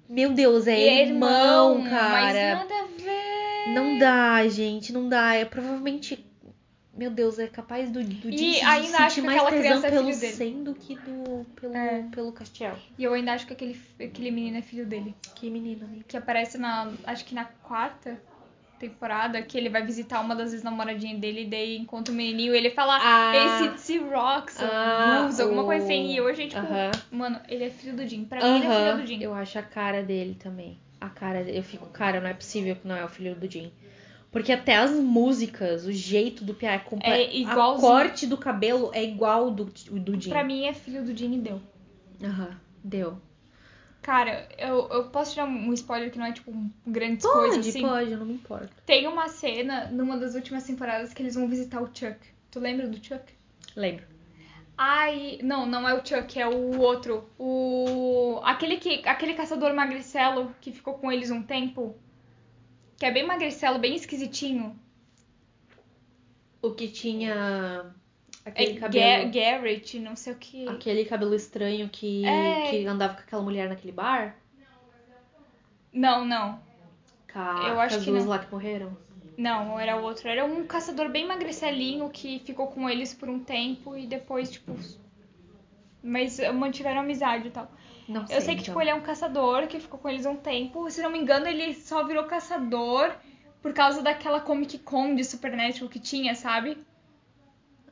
Speaker 2: Meu Deus, é,
Speaker 1: E é
Speaker 2: irmão,
Speaker 1: Mas é.
Speaker 2: cara.
Speaker 1: nada a ver.
Speaker 2: Não dá, gente, não dá. É provavelmente. Meu Deus, é capaz do, do
Speaker 1: E
Speaker 2: Jim se
Speaker 1: ainda acho
Speaker 2: sentir
Speaker 1: que
Speaker 2: mais
Speaker 1: aquela
Speaker 2: tesão
Speaker 1: criança é
Speaker 2: pelo
Speaker 1: filho dele.
Speaker 2: Sam do que do, pelo,
Speaker 1: É.
Speaker 2: pelo Castiel.
Speaker 1: E eu ainda acho que aquele, aquele menino é filho dele.
Speaker 2: Que menino, né?
Speaker 1: Que aparece na. Acho que na quarta temporada, que ele vai visitar uma das ex-namoradinhas dele, e daí encontra o menininho e ele fala.
Speaker 2: Ah,
Speaker 1: Esse se rocks,
Speaker 2: Ah,
Speaker 1: rules, alguma
Speaker 2: o-
Speaker 1: coisa assim. E eu a gente, tipo,
Speaker 2: Aham.
Speaker 1: mano, ele é filho do Jim. Pra mim, ele é
Speaker 2: Aham,
Speaker 1: filho do Jim.
Speaker 2: Eu acho a cara dele também. A cara dele. Eu fico, cara, não é possível que não é o filho do Jim. Porque até as músicas, o jeito do Pia é
Speaker 1: É
Speaker 2: completamente. a
Speaker 1: igualzinho.
Speaker 2: corte do cabelo é igual do, do Jim.
Speaker 1: Pra mim, é filho do Jim e deu.
Speaker 2: Aham, deu.
Speaker 1: Cara, eu, eu posso tirar um spoiler que não é, tipo, grandes coisas,
Speaker 2: Pode,
Speaker 1: assim?
Speaker 2: pode, eu não me importo.
Speaker 1: Tem uma cena numa das últimas temporadas que eles vão visitar o Chuck. Tu lembra do Chuck?
Speaker 2: Lembro.
Speaker 1: Ai, não, não é o Chuck, é o outro. O. Aquele que. Aquele caçador magricelo que ficou com eles um tempo. Que é bem magricelo, bem esquisitinho.
Speaker 2: O que tinha
Speaker 1: É
Speaker 2: aquele
Speaker 1: Ga-
Speaker 2: cabelo.
Speaker 1: Garrett, não sei o que.
Speaker 2: Aquele cabelo estranho que,
Speaker 1: É.
Speaker 2: que andava com aquela mulher naquele bar?
Speaker 1: Não, não.
Speaker 2: Com a-
Speaker 1: Eu acho
Speaker 2: com as
Speaker 1: que
Speaker 2: duas
Speaker 1: não.
Speaker 2: lá que morreram?
Speaker 1: Não, era o outro. Era um caçador bem magricelinho que ficou com eles por um tempo e depois, tipo. Mas mantiveram amizade e tal.
Speaker 2: Não sei.
Speaker 1: Eu sei que,
Speaker 2: então.
Speaker 1: tipo, ele é um caçador que ficou com eles um tempo. Se não me engano, ele só virou caçador por causa daquela Comic Con de Supernatural que tinha, sabe?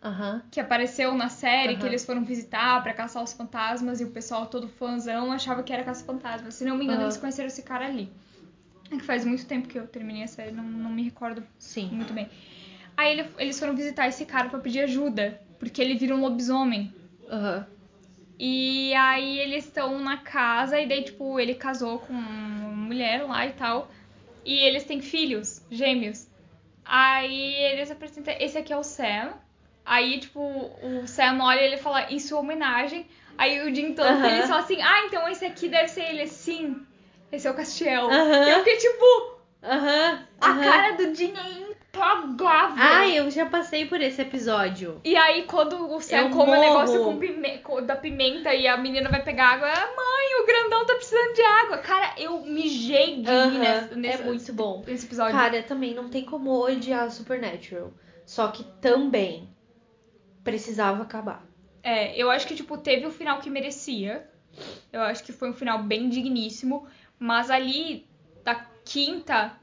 Speaker 2: Aham.
Speaker 1: Que apareceu na série,
Speaker 2: Aham.
Speaker 1: que eles foram visitar pra caçar os fantasmas e o pessoal todo fãzão achava que era caça-fantasma. Se não me engano,
Speaker 2: Aham.
Speaker 1: eles conheceram esse cara ali. É que faz muito tempo que eu terminei a série, não, não me recordo
Speaker 2: Sim.
Speaker 1: muito bem. Aí ele- eles foram visitar esse cara pra pedir ajuda, porque ele vira um lobisomem.
Speaker 2: Aham.
Speaker 1: E aí eles estão na casa e daí, tipo, ele casou com uma mulher lá e tal. E eles têm filhos, gêmeos. Aí eles apresentam, esse aqui é o Sam. Aí, tipo, o Sam olha e ele fala, em sua homenagem. Aí o Jim Thompson,
Speaker 2: Aham.
Speaker 1: ele fala assim, ah, então esse aqui deve ser ele. Sim, esse é o Castiel.
Speaker 2: Aham.
Speaker 1: E eu fiquei, tipo,
Speaker 2: Aham. Ah,
Speaker 1: a
Speaker 2: aham.
Speaker 1: cara do Jim é intragável.
Speaker 2: Ai, eu já passei por esse episódio.
Speaker 1: E aí, quando o céu
Speaker 2: Eu
Speaker 1: come o
Speaker 2: morro.
Speaker 1: negócio com pime- co- da pimenta e a menina vai pegar água, ah, mãe, o grandão tá precisando de água. Cara, eu mijei de rir
Speaker 2: Aham,
Speaker 1: nesse,
Speaker 2: é
Speaker 1: nesse-
Speaker 2: muito bom.
Speaker 1: nesse episódio.
Speaker 2: Cara, também não tem como odiar Supernatural. Só que também precisava acabar.
Speaker 1: É, eu acho que, tipo, teve o final que merecia. Eu acho que foi um final bem digníssimo. Mas ali, da quinta,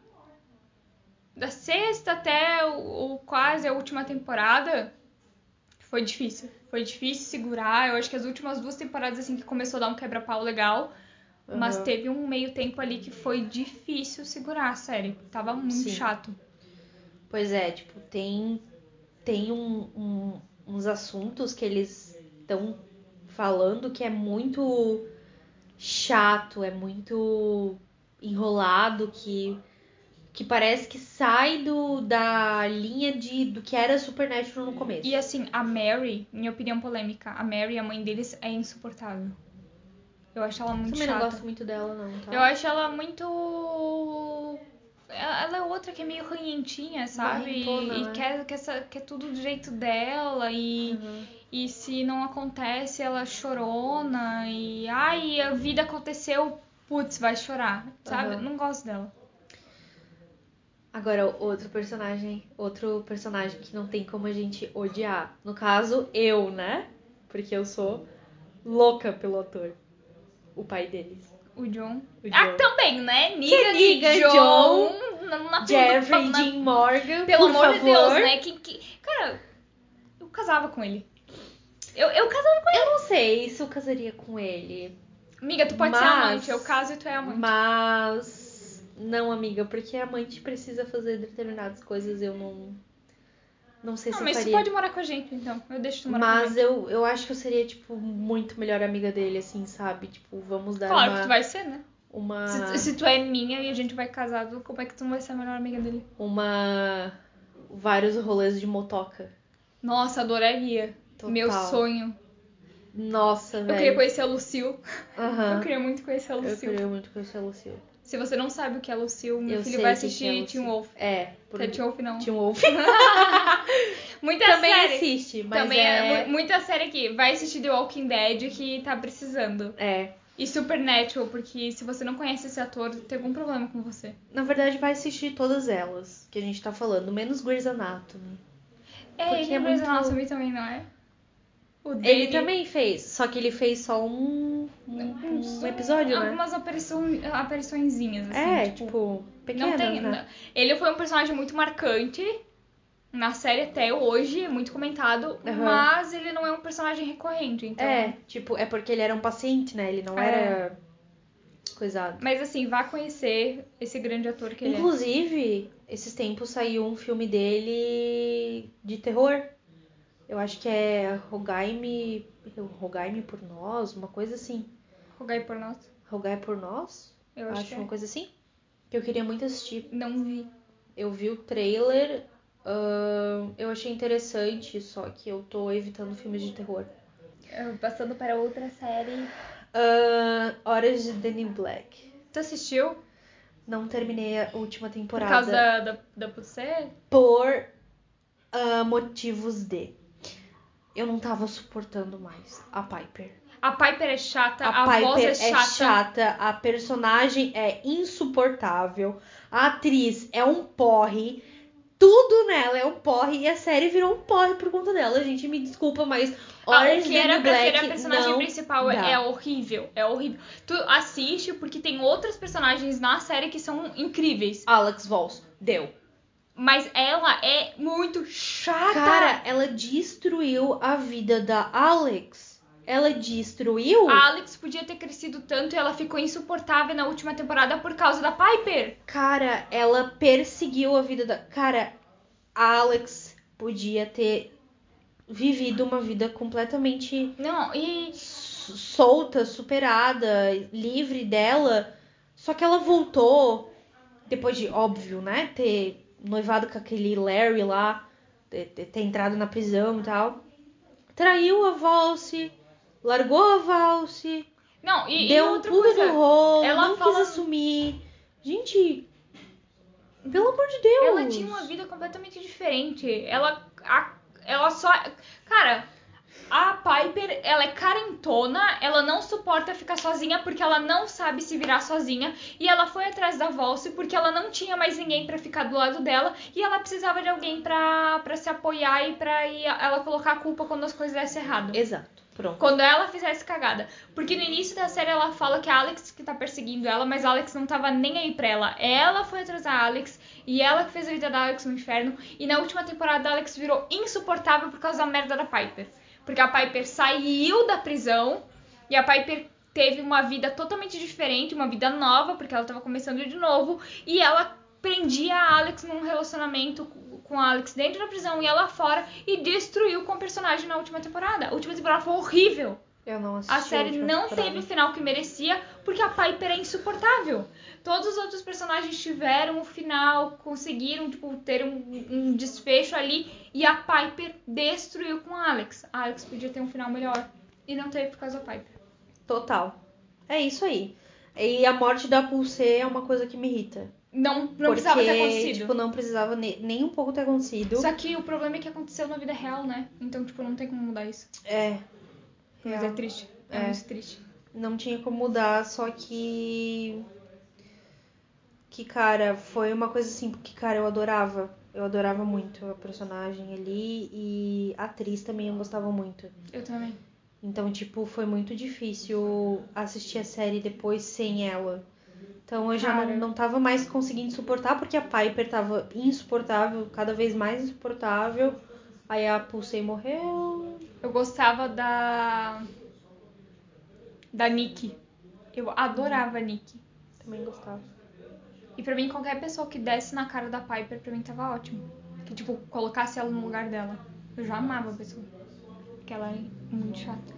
Speaker 1: da sexta até o, o- quase a última temporada, foi difícil. Foi difícil segurar. Eu acho que as últimas duas temporadas, assim, que começou a dar um quebra-pau legal. Mas
Speaker 2: Aham.
Speaker 1: teve um meio tempo ali que foi difícil segurar a série. Tava muito
Speaker 2: Sim.
Speaker 1: chato.
Speaker 2: Pois é, tipo, tem, tem um- um- uns assuntos que eles estão falando que é muito chato, é muito enrolado, que, que parece que sai do, da linha de, do que era Supernatural no começo.
Speaker 1: E assim, a Mary, minha opinião polêmica, a Mary, a mãe deles, é insuportável. Eu acho ela muito
Speaker 2: Também não
Speaker 1: chata.
Speaker 2: gosto muito dela, não, tá?
Speaker 1: Eu acho ela muito. Ela ela é outra que é meio ranhentinha, sabe? E-
Speaker 2: Marrentona,
Speaker 1: e
Speaker 2: né?
Speaker 1: quer, quer, sa- quer tudo do jeito dela. E,
Speaker 2: Uhum.
Speaker 1: e se não acontece, ela é chorona. E ai, a vida aconteceu, putz, vai chorar, sabe?
Speaker 2: Aham.
Speaker 1: Não gosto dela.
Speaker 2: Agora, outro personagem, outro personagem que não tem como a gente odiar. No caso, eu, né? Porque eu sou louca pelo ator. O pai deles.
Speaker 1: O John.
Speaker 2: O
Speaker 1: Ah,
Speaker 2: John.
Speaker 1: também, né? Niga,
Speaker 2: liga,
Speaker 1: de John.
Speaker 2: John,
Speaker 1: na, na,
Speaker 2: Jeffrey
Speaker 1: na-
Speaker 2: Dean Morgan,
Speaker 1: Pelo
Speaker 2: por
Speaker 1: amor
Speaker 2: favor.
Speaker 1: de Deus, né? Que, que... Cara, eu casava com ele. Eu, eu casava com ele.
Speaker 2: Eu não sei se eu casaria com ele.
Speaker 1: Amiga, tu pode ser
Speaker 2: Mas-
Speaker 1: amante. Eu caso e tu é amante.
Speaker 2: Mas. Não, amiga, porque a amante precisa fazer determinadas coisas. Eu não. Não sei se
Speaker 1: Não,
Speaker 2: eu
Speaker 1: Ah, mas tu
Speaker 2: faria.
Speaker 1: pode morar com a gente, então. Eu deixo tu morar com a
Speaker 2: Mas
Speaker 1: gente.
Speaker 2: eu, eu acho que eu seria, tipo, muito melhor amiga dele, assim, sabe? Tipo, vamos dar
Speaker 1: Claro
Speaker 2: uma.
Speaker 1: que tu vai ser, né?
Speaker 2: Uma.
Speaker 1: Se, se tu é minha e a gente vai casado, como é que tu não vai ser a melhor amiga dele?
Speaker 2: Uma. Vários rolês de motoca.
Speaker 1: Nossa, adoraria.
Speaker 2: Total.
Speaker 1: Meu sonho.
Speaker 2: Nossa,
Speaker 1: Eu
Speaker 2: velho.
Speaker 1: queria conhecer a Lucille.
Speaker 2: Aham.
Speaker 1: Eu queria muito conhecer a
Speaker 2: Eu
Speaker 1: Lucille.
Speaker 2: queria muito conhecer a Lucille.
Speaker 1: Se você não sabe o que é Lucille, meu
Speaker 2: Eu
Speaker 1: filho
Speaker 2: sei
Speaker 1: vai
Speaker 2: o que que é
Speaker 1: assistir
Speaker 2: Lucille.
Speaker 1: Teen Wolf.
Speaker 2: É.
Speaker 1: Que é Teen Wolf, não.
Speaker 2: Teen Wolf.
Speaker 1: Muita
Speaker 2: Também
Speaker 1: série.
Speaker 2: assiste, mas
Speaker 1: Também é...
Speaker 2: é...
Speaker 1: mu- muita série aqui. Vai assistir The Walking Dead que tá precisando.
Speaker 2: É.
Speaker 1: E Supernatural, porque se você não conhece esse ator, tem algum problema com você.
Speaker 2: Na verdade, vai assistir todas elas que a gente tá falando, menos Grey's Anatomy.
Speaker 1: É,
Speaker 2: Porque
Speaker 1: ele
Speaker 2: é
Speaker 1: é Grey's
Speaker 2: muito-
Speaker 1: Anatomy também, não é? O
Speaker 2: Ele
Speaker 1: dele- é
Speaker 2: também fez, só que ele fez só um, um,
Speaker 1: é
Speaker 2: um episódio, né?
Speaker 1: Algumas aparições, apariçõezinhas, assim.
Speaker 2: É,
Speaker 1: tipo,
Speaker 2: tipo, pequenas,
Speaker 1: não tem.
Speaker 2: né?
Speaker 1: Ele foi um personagem muito marcante na série até hoje, é muito comentado,
Speaker 2: Aham.
Speaker 1: mas ele não é um personagem recorrente, então.
Speaker 2: É, tipo, é porque ele era um paciente, né? Ele não
Speaker 1: É.
Speaker 2: era coisado.
Speaker 1: Mas assim, vá conhecer esse grande ator que ele é.
Speaker 2: Inclusive, esses tempos saiu um filme dele de terror. Eu acho que é Rogai-me Rogai-me por nós, uma coisa assim.
Speaker 1: Rogai por nós.
Speaker 2: Rogai por nós?
Speaker 1: Eu acho, que
Speaker 2: uma
Speaker 1: é.
Speaker 2: coisa assim. Que eu queria muito assistir.
Speaker 1: Não vi.
Speaker 2: Eu vi o trailer, ahn, eu achei interessante, só que eu tô evitando filmes de terror.
Speaker 1: Eu- Passando para outra série.
Speaker 2: Ahn, Horas de Danny Black.
Speaker 1: Tu assistiu?
Speaker 2: Não terminei a última
Speaker 1: Por
Speaker 2: temporada.
Speaker 1: causa da, da, da pulseira?
Speaker 2: por ah, motivos de. Eu não tava suportando mais a Piper.
Speaker 1: A Piper é chata, a,
Speaker 2: A, Piper
Speaker 1: voz é chata.
Speaker 2: a personagem é insuportável, a atriz é um porre, tudo nela é um porre e a série virou um porre por conta dela. Gente, me desculpa, mas
Speaker 1: Ah, o
Speaker 2: Orange
Speaker 1: que era
Speaker 2: Daniel
Speaker 1: pra ser a
Speaker 2: Black
Speaker 1: personagem
Speaker 2: não
Speaker 1: principal
Speaker 2: dá.
Speaker 1: é horrível. É horrível. Tu assiste porque tem outros personagens na série que são incríveis.
Speaker 2: Alex Voss deu.
Speaker 1: Mas ela é muito chata.
Speaker 2: Cara, ela destruiu a vida da Alex. Ela destruiu.
Speaker 1: a Alex podia ter crescido tanto e ela ficou insuportável na última temporada por causa da Piper.
Speaker 2: Cara, ela perseguiu a vida da. Cara, a Alex podia ter vivido uma vida completamente
Speaker 1: Não, e
Speaker 2: s- solta, superada, livre dela. Só que ela voltou, depois de, óbvio, né? Ter noivado com aquele Larry lá, ter, ter- ter entrado na prisão e tal. Traiu a Valse, largou a Valse,
Speaker 1: não, e, e
Speaker 2: deu um
Speaker 1: outra
Speaker 2: pulo
Speaker 1: coisa.
Speaker 2: no rolo,
Speaker 1: ela
Speaker 2: não
Speaker 1: fala-
Speaker 2: quis assumir. Gente, Pelo amor de Deus!
Speaker 1: Ela tinha uma vida completamente diferente. Ela, a- ela só. Cara, a Piper, ela é carentona, ela não suporta ficar sozinha porque ela não sabe se virar sozinha. E ela foi atrás da Valse porque ela não tinha mais ninguém pra ficar do lado dela. E ela precisava de alguém pra, pra se apoiar e pra ir, ela colocar a culpa quando as coisas dessem errado.
Speaker 2: Exato. Pronto.
Speaker 1: Quando ela fizesse cagada. Porque no início da série ela fala que é a Alex que tá perseguindo ela, mas a Alex não tava nem aí pra ela. Ela foi atrás da Alex e ela que fez a vida da Alex no inferno. E na última temporada a Alex virou insuportável por causa da merda da Piper. Porque a Piper saiu da prisão e a Piper teve uma vida totalmente diferente, uma vida nova, porque ela tava começando de novo. E ela prendia a Alex num relacionamento com a Alex dentro da prisão e ela fora e destruiu com o personagem na última temporada. A última temporada foi horrível.
Speaker 2: Eu não assisti.
Speaker 1: A série
Speaker 2: última
Speaker 1: não
Speaker 2: temporada.
Speaker 1: teve o final que merecia porque a Piper é insuportável. Todos os outros personagens tiveram o final, conseguiram tipo ter um, um desfecho ali e a Piper destruiu com a Alex. A Alex podia ter um final melhor e não teve por causa da Piper.
Speaker 2: Total. É isso aí. E a morte da Pulse é uma coisa que me irrita.
Speaker 1: Não, não precisava ter acontecido.
Speaker 2: Tipo, não precisava ne- nem um pouco ter acontecido.
Speaker 1: Só que o problema é que aconteceu na vida real, né? Então, tipo, não tem como mudar isso.
Speaker 2: É.
Speaker 1: Mas
Speaker 2: Real.
Speaker 1: é triste. É,
Speaker 2: É.
Speaker 1: muito triste.
Speaker 2: Não tinha como mudar, só que. Que, cara, foi uma coisa assim, porque, cara, eu adorava. Eu adorava muito a personagem ali e a atriz também eu gostava muito.
Speaker 1: Eu também.
Speaker 2: Então, tipo, foi muito difícil assistir a série depois sem ela. Então eu já
Speaker 1: Cara.
Speaker 2: não, não tava mais conseguindo suportar, porque a Piper tava insuportável, cada vez mais insuportável. Aí a Pulsei morreu.
Speaker 1: Eu gostava da. Da Nick. Eu adorava a Nick.
Speaker 2: Também gostava.
Speaker 1: E pra mim, qualquer pessoa que desse na cara da Piper, pra mim tava ótimo. Que, tipo, colocasse ela no lugar dela. Eu já amava a pessoa. Porque ela é muito chata.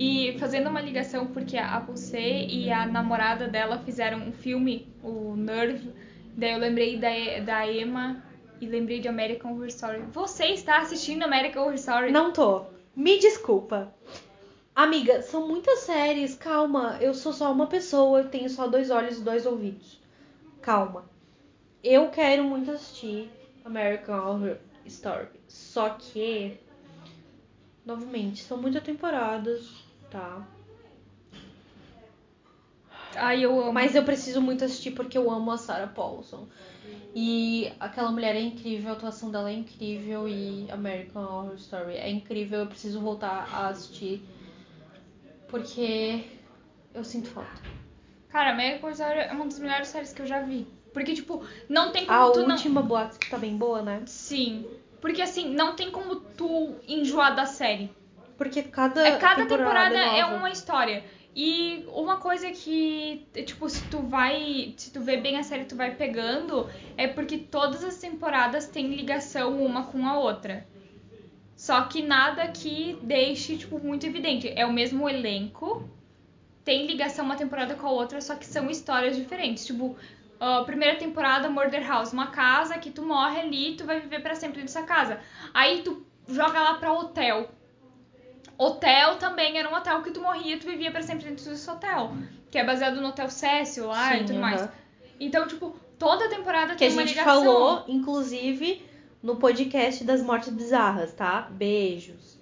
Speaker 1: E fazendo uma ligação, porque a Pulse e a namorada dela fizeram um filme, o Nerve. Daí eu lembrei da, E- da Emma e lembrei de American Horror Story. Você está assistindo American Horror Story?
Speaker 2: Não tô. Me desculpa. Amiga, são muitas séries, calma. Eu sou só uma pessoa, eu tenho só dois olhos e dois ouvidos. Calma. Eu quero muito assistir American Horror Story. Só que, novamente, são muitas temporadas, tá?
Speaker 1: Ai, eu amo.
Speaker 2: Mas eu preciso muito assistir porque eu amo a Sarah Paulson. E aquela mulher é incrível, a atuação dela é incrível e American Horror Story é incrível. Eu preciso voltar a assistir porque eu sinto falta.
Speaker 1: Cara, American Horror Story é uma das melhores séries que eu já vi. Porque, tipo, não tem como
Speaker 2: A
Speaker 1: tu não...
Speaker 2: última boato que tá bem boa, né?
Speaker 1: Sim. Porque assim, não tem como tu enjoar da série.
Speaker 2: Porque cada,
Speaker 1: É, cada temporada, é
Speaker 2: nova.
Speaker 1: uma história. E uma coisa que, tipo, se tu vai. Se tu vê bem a série, tu vai pegando, é porque todas as temporadas têm ligação uma com a outra. Só que nada que deixe, tipo, muito evidente. É o mesmo elenco, tem ligação uma temporada com a outra, só que são histórias diferentes. Tipo, a primeira temporada, Murder House, uma casa que tu morre ali, tu vai viver pra sempre nessa casa. Aí tu joga lá pra hotel. Hotel também era um hotel que tu morria, tu vivia pra sempre dentro desse hotel. Que é baseado no Hotel Cécio lá e
Speaker 2: Sim,
Speaker 1: tudo mais.
Speaker 2: aham.
Speaker 1: Então, tipo, toda temporada
Speaker 2: Que
Speaker 1: tem
Speaker 2: a
Speaker 1: uma
Speaker 2: gente
Speaker 1: ligação.
Speaker 2: falou, inclusive, no podcast das mortes bizarras, tá? Beijos.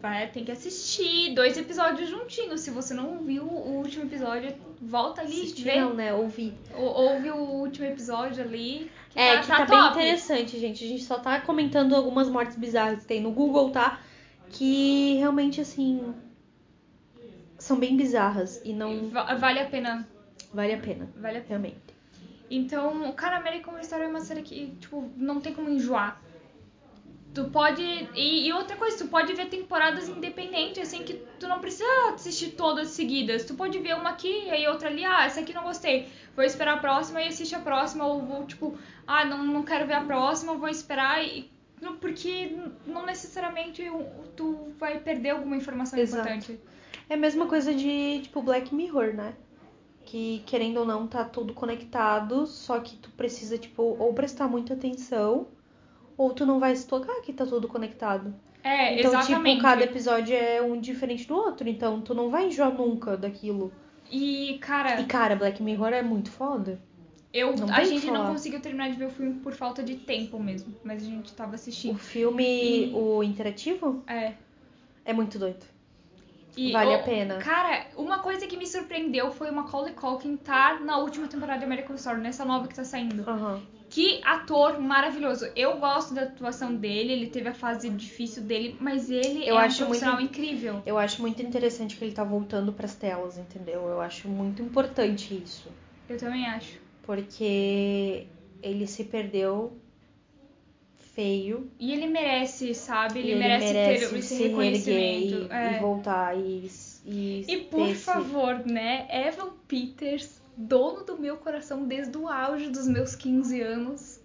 Speaker 1: Vai, tem que assistir dois episódios juntinhos. Se você não viu o último episódio, volta ali e vê.
Speaker 2: Assistiram, né? Ouvi.
Speaker 1: Ou- Ouve o último episódio ali. Que
Speaker 2: é,
Speaker 1: tá,
Speaker 2: que
Speaker 1: tá
Speaker 2: tá, bem
Speaker 1: top.
Speaker 2: interessante, gente. A gente só tá comentando algumas mortes bizarras que tem no Google, tá? Que realmente, assim. São bem bizarras e não
Speaker 1: Va- Vale a pena.
Speaker 2: vale a pena,
Speaker 1: Vale a pena.
Speaker 2: realmente.
Speaker 1: Então, o cara, American Horror Story é uma série que, tipo, não tem como enjoar. Tu pode. E, e outra coisa, tu pode ver temporadas independentes, assim, que tu não precisa assistir todas seguidas. Tu pode ver uma aqui e aí outra ali. Ah, essa aqui não gostei. Vou esperar a próxima e assiste a próxima. Ou vou, tipo, ah, não, não quero ver a próxima, vou esperar. E, não, porque não necessariamente tu vai perder alguma informação
Speaker 2: Exato.
Speaker 1: importante.
Speaker 2: É a mesma coisa de, tipo, Black Mirror, né? Que, querendo ou não, tá tudo conectado, só que tu precisa, tipo, ou prestar muita atenção, ou tu não vai se tocar que tá tudo conectado.
Speaker 1: É,
Speaker 2: então,
Speaker 1: exatamente.
Speaker 2: tipo, cada episódio é um diferente do outro, então tu não vai enjoar nunca daquilo.
Speaker 1: E, cara.
Speaker 2: E, cara, Black Mirror é muito foda.
Speaker 1: Eu,
Speaker 2: Não
Speaker 1: a
Speaker 2: tem o
Speaker 1: gente
Speaker 2: que
Speaker 1: não
Speaker 2: falar.
Speaker 1: conseguiu terminar de ver o filme por falta de tempo mesmo. Mas a gente tava
Speaker 2: O
Speaker 1: assistindo.
Speaker 2: filme, o interativo,
Speaker 1: É.
Speaker 2: é muito doido.
Speaker 1: E, oh,
Speaker 2: Vale a
Speaker 1: ô,
Speaker 2: pena.
Speaker 1: Cara, uma coisa que me surpreendeu foi o Macaulay Culkin tá na última temporada de American Horror Story, nessa nova que tá saindo.
Speaker 2: Aham.
Speaker 1: Que ator maravilhoso. Eu gosto da atuação dele, ele teve a fase difícil dele, mas ele
Speaker 2: Eu
Speaker 1: é
Speaker 2: acho
Speaker 1: um profissional
Speaker 2: muito-
Speaker 1: incrível.
Speaker 2: Eu acho muito interessante que ele tá voltando pras telas, entendeu? Eu acho muito importante isso.
Speaker 1: Eu também acho.
Speaker 2: Porque ele se perdeu feio.
Speaker 1: E ele merece, sabe?
Speaker 2: e
Speaker 1: Ele, merece, ter esse
Speaker 2: se reerguer
Speaker 1: reconhecimento.
Speaker 2: e,
Speaker 1: é.
Speaker 2: e voltar e. E,
Speaker 1: E
Speaker 2: ter
Speaker 1: por
Speaker 2: esse-
Speaker 1: favor, né? Evan Peters, dono do meu coração desde o auge dos meus 15 anos.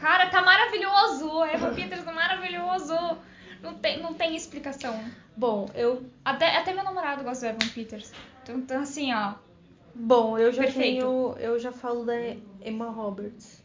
Speaker 1: Cara, tá maravilhoso! Evan Peters tá maravilhoso! Não tem, não tem explicação.
Speaker 2: Bom, eu.
Speaker 1: Até, até meu namorado gosta do Evan Peters. Então, então assim, ó.
Speaker 2: Bom, eu já
Speaker 1: Perfeito.
Speaker 2: tenho. Eu já falo da Emma Roberts.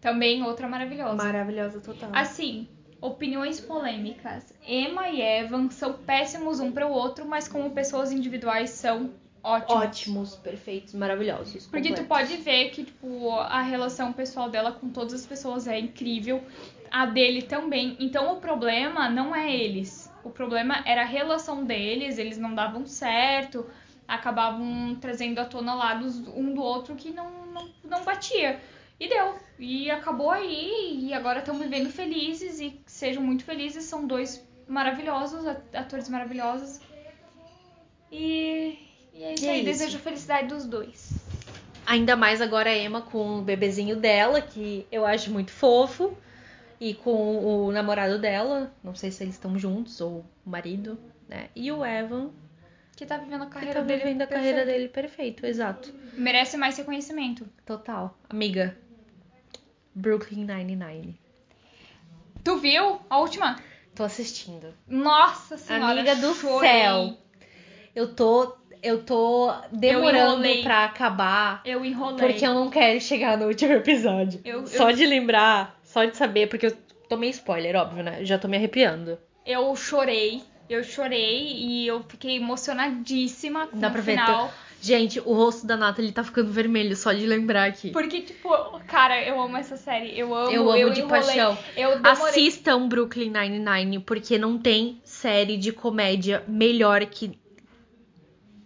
Speaker 1: Também outra maravilhosa.
Speaker 2: Maravilhosa total.
Speaker 1: Assim, opiniões polêmicas. Emma e Evan são péssimos um pro outro, mas como pessoas individuais são ótimos.
Speaker 2: Ótimos, perfeitos, maravilhosos.
Speaker 1: Porque tu
Speaker 2: completos.
Speaker 1: pode ver que, tipo, a relação pessoal dela com todas as pessoas é incrível. A dele também. Então o problema não é eles. O problema era a relação deles, eles não davam certo, acabavam trazendo à tona lados um do outro que não, não, não batia. E deu. E acabou aí. E agora estão vivendo felizes e sejam muito felizes. São dois maravilhosos, at- atores maravilhosos. E, e é isso
Speaker 2: E é
Speaker 1: aí.
Speaker 2: isso.
Speaker 1: Desejo felicidade dos dois.
Speaker 2: Ainda mais agora a Emma com o bebezinho dela, que eu acho muito fofo. E com o namorado dela, não sei se eles estão juntos ou o marido, né? E o Evan,
Speaker 1: Que tá vivendo a
Speaker 2: que
Speaker 1: carreira
Speaker 2: tá
Speaker 1: dele.
Speaker 2: vivendo a
Speaker 1: perfeito.
Speaker 2: carreira dele perfeito, exato.
Speaker 1: Merece mais reconhecimento.
Speaker 2: Total. Amiga, Brooklyn Nine-Nine.
Speaker 1: Tu viu a última?
Speaker 2: Tô assistindo.
Speaker 1: Nossa senhora.
Speaker 2: Amiga do
Speaker 1: chorei.
Speaker 2: céu. Eu tô, eu tô demorando
Speaker 1: enrolei.
Speaker 2: pra acabar,
Speaker 1: Eu enrolei.
Speaker 2: porque eu não quero chegar no último episódio.
Speaker 1: Eu-
Speaker 2: Só de lembrar, só de saber, porque eu tomei spoiler, óbvio, né? Eu Já tô me arrepiando.
Speaker 1: Eu chorei. Eu chorei e eu fiquei emocionadíssima com
Speaker 2: Dá
Speaker 1: o
Speaker 2: pra ver
Speaker 1: final.
Speaker 2: Gente, o rosto da Nathalie tá ficando vermelho só de lembrar aqui.
Speaker 1: Porque, tipo, cara, eu amo essa série. Eu amo,
Speaker 2: Eu amo de
Speaker 1: enrolei.
Speaker 2: paixão. Assim
Speaker 1: Eu demorei.
Speaker 2: Assistam Brooklyn Nine-Nine, porque não tem série de comédia melhor que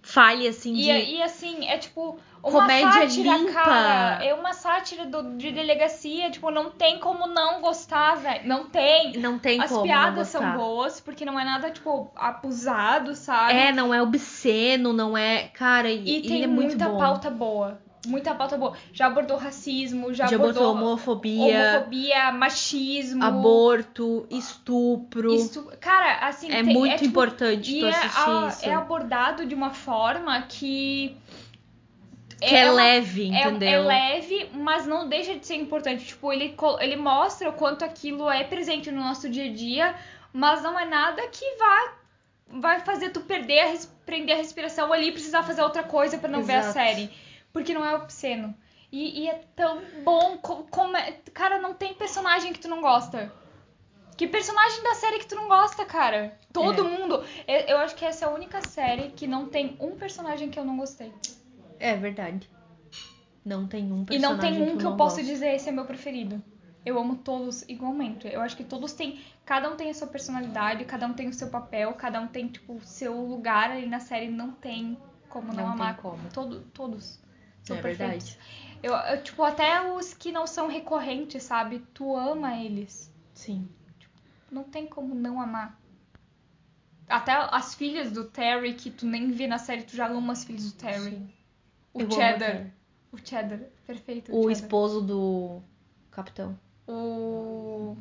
Speaker 2: fale assim
Speaker 1: E,
Speaker 2: de...
Speaker 1: e, assim, é tipo. Uma
Speaker 2: Comédia
Speaker 1: sátira,
Speaker 2: limpa.
Speaker 1: cara. É uma sátira do- de delegacia. Tipo, não tem como não gostar, velho. Não tem.
Speaker 2: Não tem
Speaker 1: As
Speaker 2: como não
Speaker 1: piadas são
Speaker 2: gostar.
Speaker 1: boas, porque não é nada, tipo, abusado, sabe?
Speaker 2: É, não é obsceno, não é... Cara,
Speaker 1: e
Speaker 2: e,
Speaker 1: tem
Speaker 2: ele é muito
Speaker 1: muita
Speaker 2: bom.
Speaker 1: pauta boa. Muita pauta boa. Já abordou racismo, já,
Speaker 2: Já botou
Speaker 1: abordou
Speaker 2: homofobia,
Speaker 1: homofobia, machismo.
Speaker 2: aborto, estupro.
Speaker 1: Isso, cara, assim,
Speaker 2: é
Speaker 1: tem-
Speaker 2: muito
Speaker 1: tipo,
Speaker 2: importante
Speaker 1: E
Speaker 2: tu
Speaker 1: é,
Speaker 2: assistir
Speaker 1: a-
Speaker 2: isso.
Speaker 1: é abordado de uma forma que.
Speaker 2: que é,
Speaker 1: uma-
Speaker 2: leve,
Speaker 1: é-
Speaker 2: entendeu?
Speaker 1: É, leve, mas não deixa de ser importante. Tipo, ele, co- ele mostra o quanto aquilo é presente no nosso dia a dia, mas não é nada que vá vai fazer tu perder, a res- prender a respiração ali e precisar fazer outra coisa pra não ver a
Speaker 2: Exato.
Speaker 1: série. Porque não é obsceno. E, e é tão bom. co- como é- cara, não tem personagem que tu não gosta. Que personagem da série que tu não gosta, cara? Todo
Speaker 2: É.
Speaker 1: mundo. Eu, eu acho que essa é a única série que não tem um personagem que eu não gostei.
Speaker 2: É verdade. Não tem um
Speaker 1: E não
Speaker 2: personagem
Speaker 1: tem um que eu
Speaker 2: não
Speaker 1: posso
Speaker 2: gosto.
Speaker 1: dizer esse é meu preferido. Eu amo todos igualmente. Eu acho que todos têm. Cada um tem a sua personalidade, cada um tem o seu papel, cada um tem, tipo, o seu lugar ali na série. Não tem como não,
Speaker 2: Não tem
Speaker 1: amar.
Speaker 2: como.
Speaker 1: Todo, todos. São
Speaker 2: É
Speaker 1: perfeitos.
Speaker 2: verdade.
Speaker 1: Eu, eu, tipo, até os que não são recorrentes, sabe? Tu ama eles.
Speaker 2: Sim.
Speaker 1: Não tem como não amar. Até as filhas do Terry, que tu nem vê na série, tu já ama as filhas do Terry.
Speaker 2: Sim.
Speaker 1: O
Speaker 2: Eu amo
Speaker 1: Cheddar.
Speaker 2: Terry.
Speaker 1: O Cheddar. Perfeito.
Speaker 2: O
Speaker 1: Cheddar.
Speaker 2: esposo do capitão.
Speaker 1: O.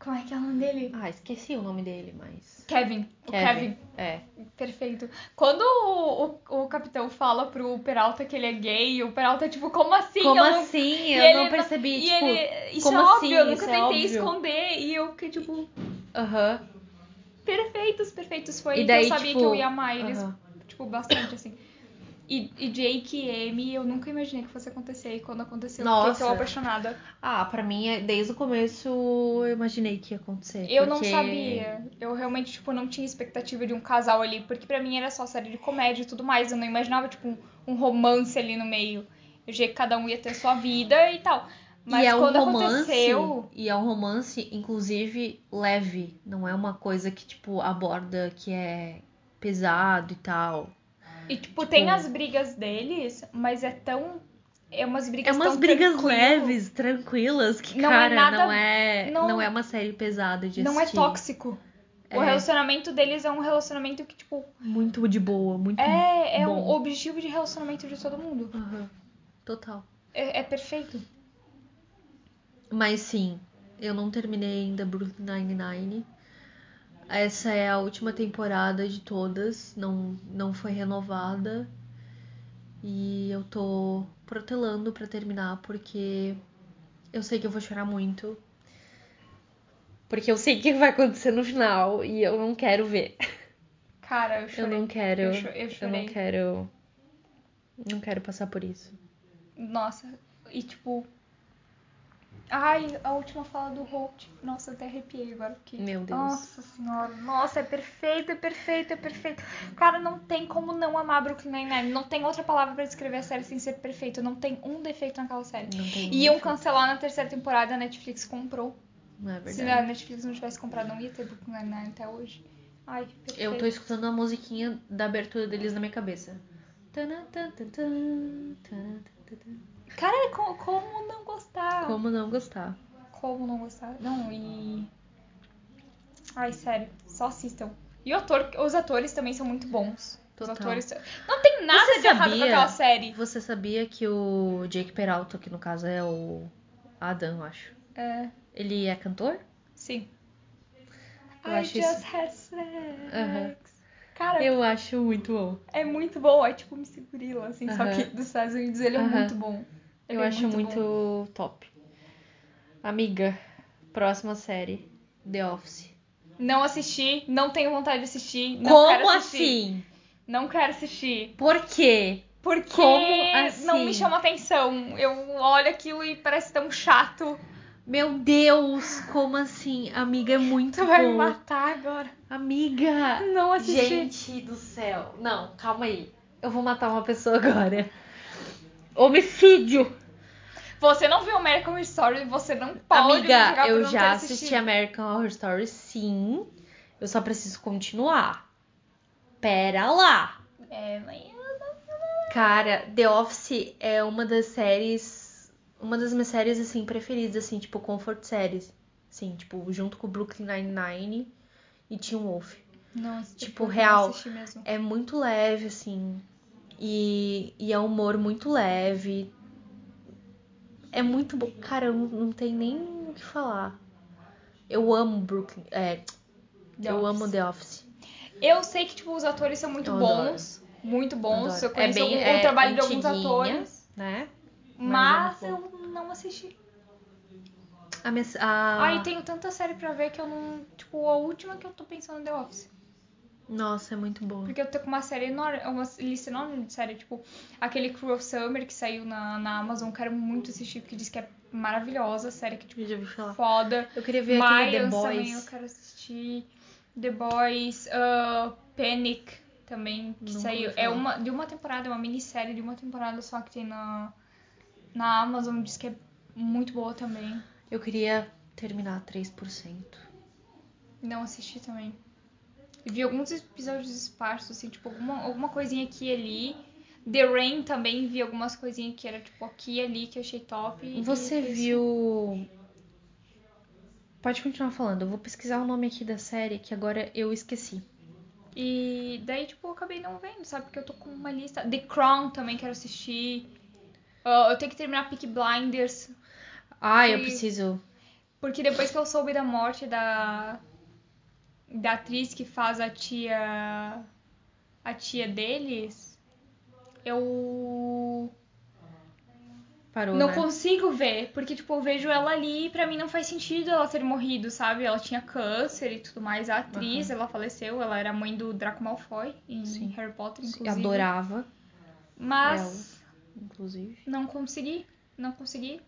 Speaker 1: Como é que é o nome dele?
Speaker 2: Ah, esqueci o nome dele, mas.
Speaker 1: Kevin. O Kevin.
Speaker 2: É.
Speaker 1: Perfeito. Quando o, o, o capitão fala pro Peralta que ele é gay, o Peralta, tipo, como assim?
Speaker 2: Como
Speaker 1: Eu não-
Speaker 2: assim?
Speaker 1: E
Speaker 2: Eu
Speaker 1: ele
Speaker 2: não percebi.
Speaker 1: E
Speaker 2: tipo,
Speaker 1: ele. Isso
Speaker 2: como
Speaker 1: é
Speaker 2: assim?
Speaker 1: óbvio, eu nunca
Speaker 2: Isso é
Speaker 1: tentei
Speaker 2: óbvio.
Speaker 1: esconder. E eu fiquei, tipo,
Speaker 2: Aham.
Speaker 1: perfeitos, perfeitos. Foi
Speaker 2: E
Speaker 1: que
Speaker 2: daí,
Speaker 1: eu sabia
Speaker 2: tipo,
Speaker 1: que eu ia amar eles,
Speaker 2: aham.
Speaker 1: tipo, bastante, assim. E, e Jake e Amy, eu nunca imaginei que fosse acontecer. E quando aconteceu, eu
Speaker 2: Nossa.
Speaker 1: fiquei tão apaixonada.
Speaker 2: Ah, pra mim, é- desde o começo eu imaginei que ia acontecer.
Speaker 1: Eu não
Speaker 2: porque-
Speaker 1: sabia. Eu realmente, tipo, não tinha expectativa de um casal ali. Porque pra mim era só série de comédia e tudo mais. Eu não imaginava, tipo, um, um romance ali no meio. Eu achei que cada um ia ter sua vida e tal. Mas
Speaker 2: e é um
Speaker 1: quando
Speaker 2: romance,
Speaker 1: aconteceu.
Speaker 2: e é um romance, inclusive, leve. Não é uma coisa que, tipo, aborda que é pesado e tal.
Speaker 1: E, tipo, tem as brigas deles, mas é tão. É umas brigas
Speaker 2: É umas
Speaker 1: tão
Speaker 2: brigas
Speaker 1: tranquilo.
Speaker 2: leves, tranquilas, que,
Speaker 1: Não é
Speaker 2: cara,
Speaker 1: nada-
Speaker 2: não, é,
Speaker 1: não-
Speaker 2: não... é uma série pesada de
Speaker 1: Não é
Speaker 2: assistir.
Speaker 1: tóxico. O
Speaker 2: É.
Speaker 1: relacionamento deles é um relacionamento que, tipo,
Speaker 2: Muito de boa, muito...
Speaker 1: é, é o
Speaker 2: Bom.
Speaker 1: objetivo de relacionamento de todo mundo.
Speaker 2: Aham. Total.
Speaker 1: É, é perfeito.
Speaker 2: Mas sim, eu não terminei ainda Brooklyn Nine-Nine. Essa é a última temporada de todas, não, não foi renovada. E eu tô protelando pra terminar porque eu sei que eu vou chorar muito. Porque eu sei o que vai acontecer no final e eu não quero ver.
Speaker 1: Cara, eu
Speaker 2: Eu
Speaker 1: chorei.
Speaker 2: não quero.
Speaker 1: Eu cho- eu
Speaker 2: eu não
Speaker 1: chorei.
Speaker 2: quero. Não quero passar por isso.
Speaker 1: Nossa, e tipo. Ai, a última fala do Holt. Nossa, eu até arrepiei agora. Porque...
Speaker 2: Meu Deus.
Speaker 1: Nossa senhora. Nossa, é perfeito, é perfeito, é perfeito. Cara, não tem como não amar Brooklyn Nine-Nine. Não tem outra palavra pra descrever a série sem ser perfeito. Não tem um defeito naquela série.
Speaker 2: Não tem
Speaker 1: E Iam
Speaker 2: muito.
Speaker 1: cancelar na terceira temporada, a Netflix comprou.
Speaker 2: Não é
Speaker 1: Se
Speaker 2: verdade.
Speaker 1: a Netflix não tivesse comprado, não ia ter Brooklyn Nine-Nine até hoje. Ai, perfeito.
Speaker 2: Eu tô escutando a musiquinha da abertura deles na minha cabeça. Tanã, tan, tan, tan, tanã, tan, tan, tan.
Speaker 1: Cara, é co- como não gostar?
Speaker 2: Como não gostar?
Speaker 1: Como não gostar? Não, e. Ai, sério, só assistam. E o ator, os atores também são muito bons.
Speaker 2: Total.
Speaker 1: Os atores. Não tem nada
Speaker 2: Você
Speaker 1: de errado com
Speaker 2: sabia?
Speaker 1: aquela série.
Speaker 2: Você sabia que o Jake Peralta, que no caso é o Adam, eu acho.
Speaker 1: É,
Speaker 2: Ele é cantor?
Speaker 1: sim.
Speaker 2: Eu
Speaker 1: I
Speaker 2: acho
Speaker 1: just
Speaker 2: isso-
Speaker 1: had sex.
Speaker 2: Aham.
Speaker 1: Cara,
Speaker 2: Eu acho muito bom.
Speaker 1: é muito bom. É tipo Mr. Gorilla, assim, só
Speaker 2: Aham.
Speaker 1: que dos Estados Unidos ele é
Speaker 2: Aham.
Speaker 1: muito bom. Ele
Speaker 2: Eu
Speaker 1: é
Speaker 2: acho muito,
Speaker 1: bom.
Speaker 2: top. Amiga, próxima série. The Office.
Speaker 1: Não assisti, não tenho vontade de assistir. Não quero
Speaker 2: Como
Speaker 1: assistir.
Speaker 2: assim?
Speaker 1: Não quero assistir.
Speaker 2: Por quê?
Speaker 1: Porque
Speaker 2: Como assim?
Speaker 1: não me chama atenção. Eu olho aquilo e parece tão chato.
Speaker 2: Meu Deus, como assim? Amiga, é muito
Speaker 1: Tu vai me
Speaker 2: bom.
Speaker 1: matar agora.
Speaker 2: Amiga!
Speaker 1: Não assisti.
Speaker 2: Gente do céu. Não, calma aí. Eu vou matar uma pessoa agora. Homicídio!
Speaker 1: Você não viu American Horror Story, você não pode me
Speaker 2: Amiga,
Speaker 1: julgar por
Speaker 2: eu
Speaker 1: não ter
Speaker 2: já assisti
Speaker 1: assistido.
Speaker 2: American Horror Story, sim. Eu só preciso continuar. Pera lá.
Speaker 1: É, mas-
Speaker 2: Cara, The Office é uma das séries. Uma das minhas séries, assim, preferidas, assim, tipo, Comfort Séries. Assim, tipo, junto com Brooklyn Nine-Nine e Teen Wolf.
Speaker 1: Não, esse
Speaker 2: Tipo,
Speaker 1: eu não
Speaker 2: real.
Speaker 1: assisti mesmo.
Speaker 2: É muito leve, assim. E, e é um humor muito leve. É muito bom. Cara, eu não, não tem nem o que falar. Eu amo Brooklyn. É,
Speaker 1: The
Speaker 2: eu
Speaker 1: Office.
Speaker 2: amo The Office.
Speaker 1: Eu sei que, tipo, os atores são muito
Speaker 2: Eu
Speaker 1: bons. Muito bons.
Speaker 2: Adoro.
Speaker 1: Eu conheço
Speaker 2: É bem-
Speaker 1: algum- o
Speaker 2: é
Speaker 1: trabalho de alguns
Speaker 2: antiguinha,
Speaker 1: atores.
Speaker 2: Né?
Speaker 1: Mas
Speaker 2: Mas é
Speaker 1: eu não assisti.
Speaker 2: A minha, s- a...
Speaker 1: Aí tenho tanta série pra ver que eu não. Tipo, a última que eu tô pensando é The Office.
Speaker 2: Nossa, é muito boa.
Speaker 1: Porque eu tô com uma série enorme, uma lista enorme de série, tipo, aquele Cruel Summer que saiu na, na Amazon, quero muito assistir, porque diz que é maravilhosa, a série que, tipo,
Speaker 2: Eu já ouvi falar.
Speaker 1: foda.
Speaker 2: Eu queria ver Tá. aquele The
Speaker 1: Mayans também eu
Speaker 2: Boys.
Speaker 1: quero assistir. The Boys, ah, Panic também, que
Speaker 2: Nunca
Speaker 1: saiu.
Speaker 2: ouvi
Speaker 1: É
Speaker 2: falar.
Speaker 1: uma de uma temporada, é uma minissérie de uma temporada só que tem na, na Amazon, diz que é muito boa também.
Speaker 2: Eu queria terminar 3%.
Speaker 1: Não assisti também. Vi alguns episódios esparsos, assim, tipo, alguma, alguma coisinha aqui e ali. The Rain também vi algumas coisinhas que era, tipo, aqui e ali, que eu achei top. e
Speaker 2: Você
Speaker 1: foi isso.
Speaker 2: viu. Pode continuar falando. Eu vou pesquisar o nome aqui da série que agora eu esqueci.
Speaker 1: E daí, tipo, eu acabei não vendo, sabe? Porque eu tô com uma lista. The Crown também quero assistir. Ah, eu tenho que terminar Peak Blinders.
Speaker 2: Ah, eu
Speaker 1: E-
Speaker 2: preciso.
Speaker 1: Porque depois que eu soube da morte da. Da atriz que faz a tia. A tia deles. Eu.
Speaker 2: Parou.
Speaker 1: Não
Speaker 2: né?
Speaker 1: consigo ver, porque, tipo, eu vejo ela ali e pra mim não faz sentido ela ter morrido, sabe? Ela tinha câncer e tudo mais. A atriz, ela faleceu, ela era mãe do Draco Malfoy em
Speaker 2: Sim.
Speaker 1: Harry Potter,
Speaker 2: Eu
Speaker 1: inclusive.
Speaker 2: Adorava,
Speaker 1: Mas
Speaker 2: inclusive.
Speaker 1: não consegui, não consegui.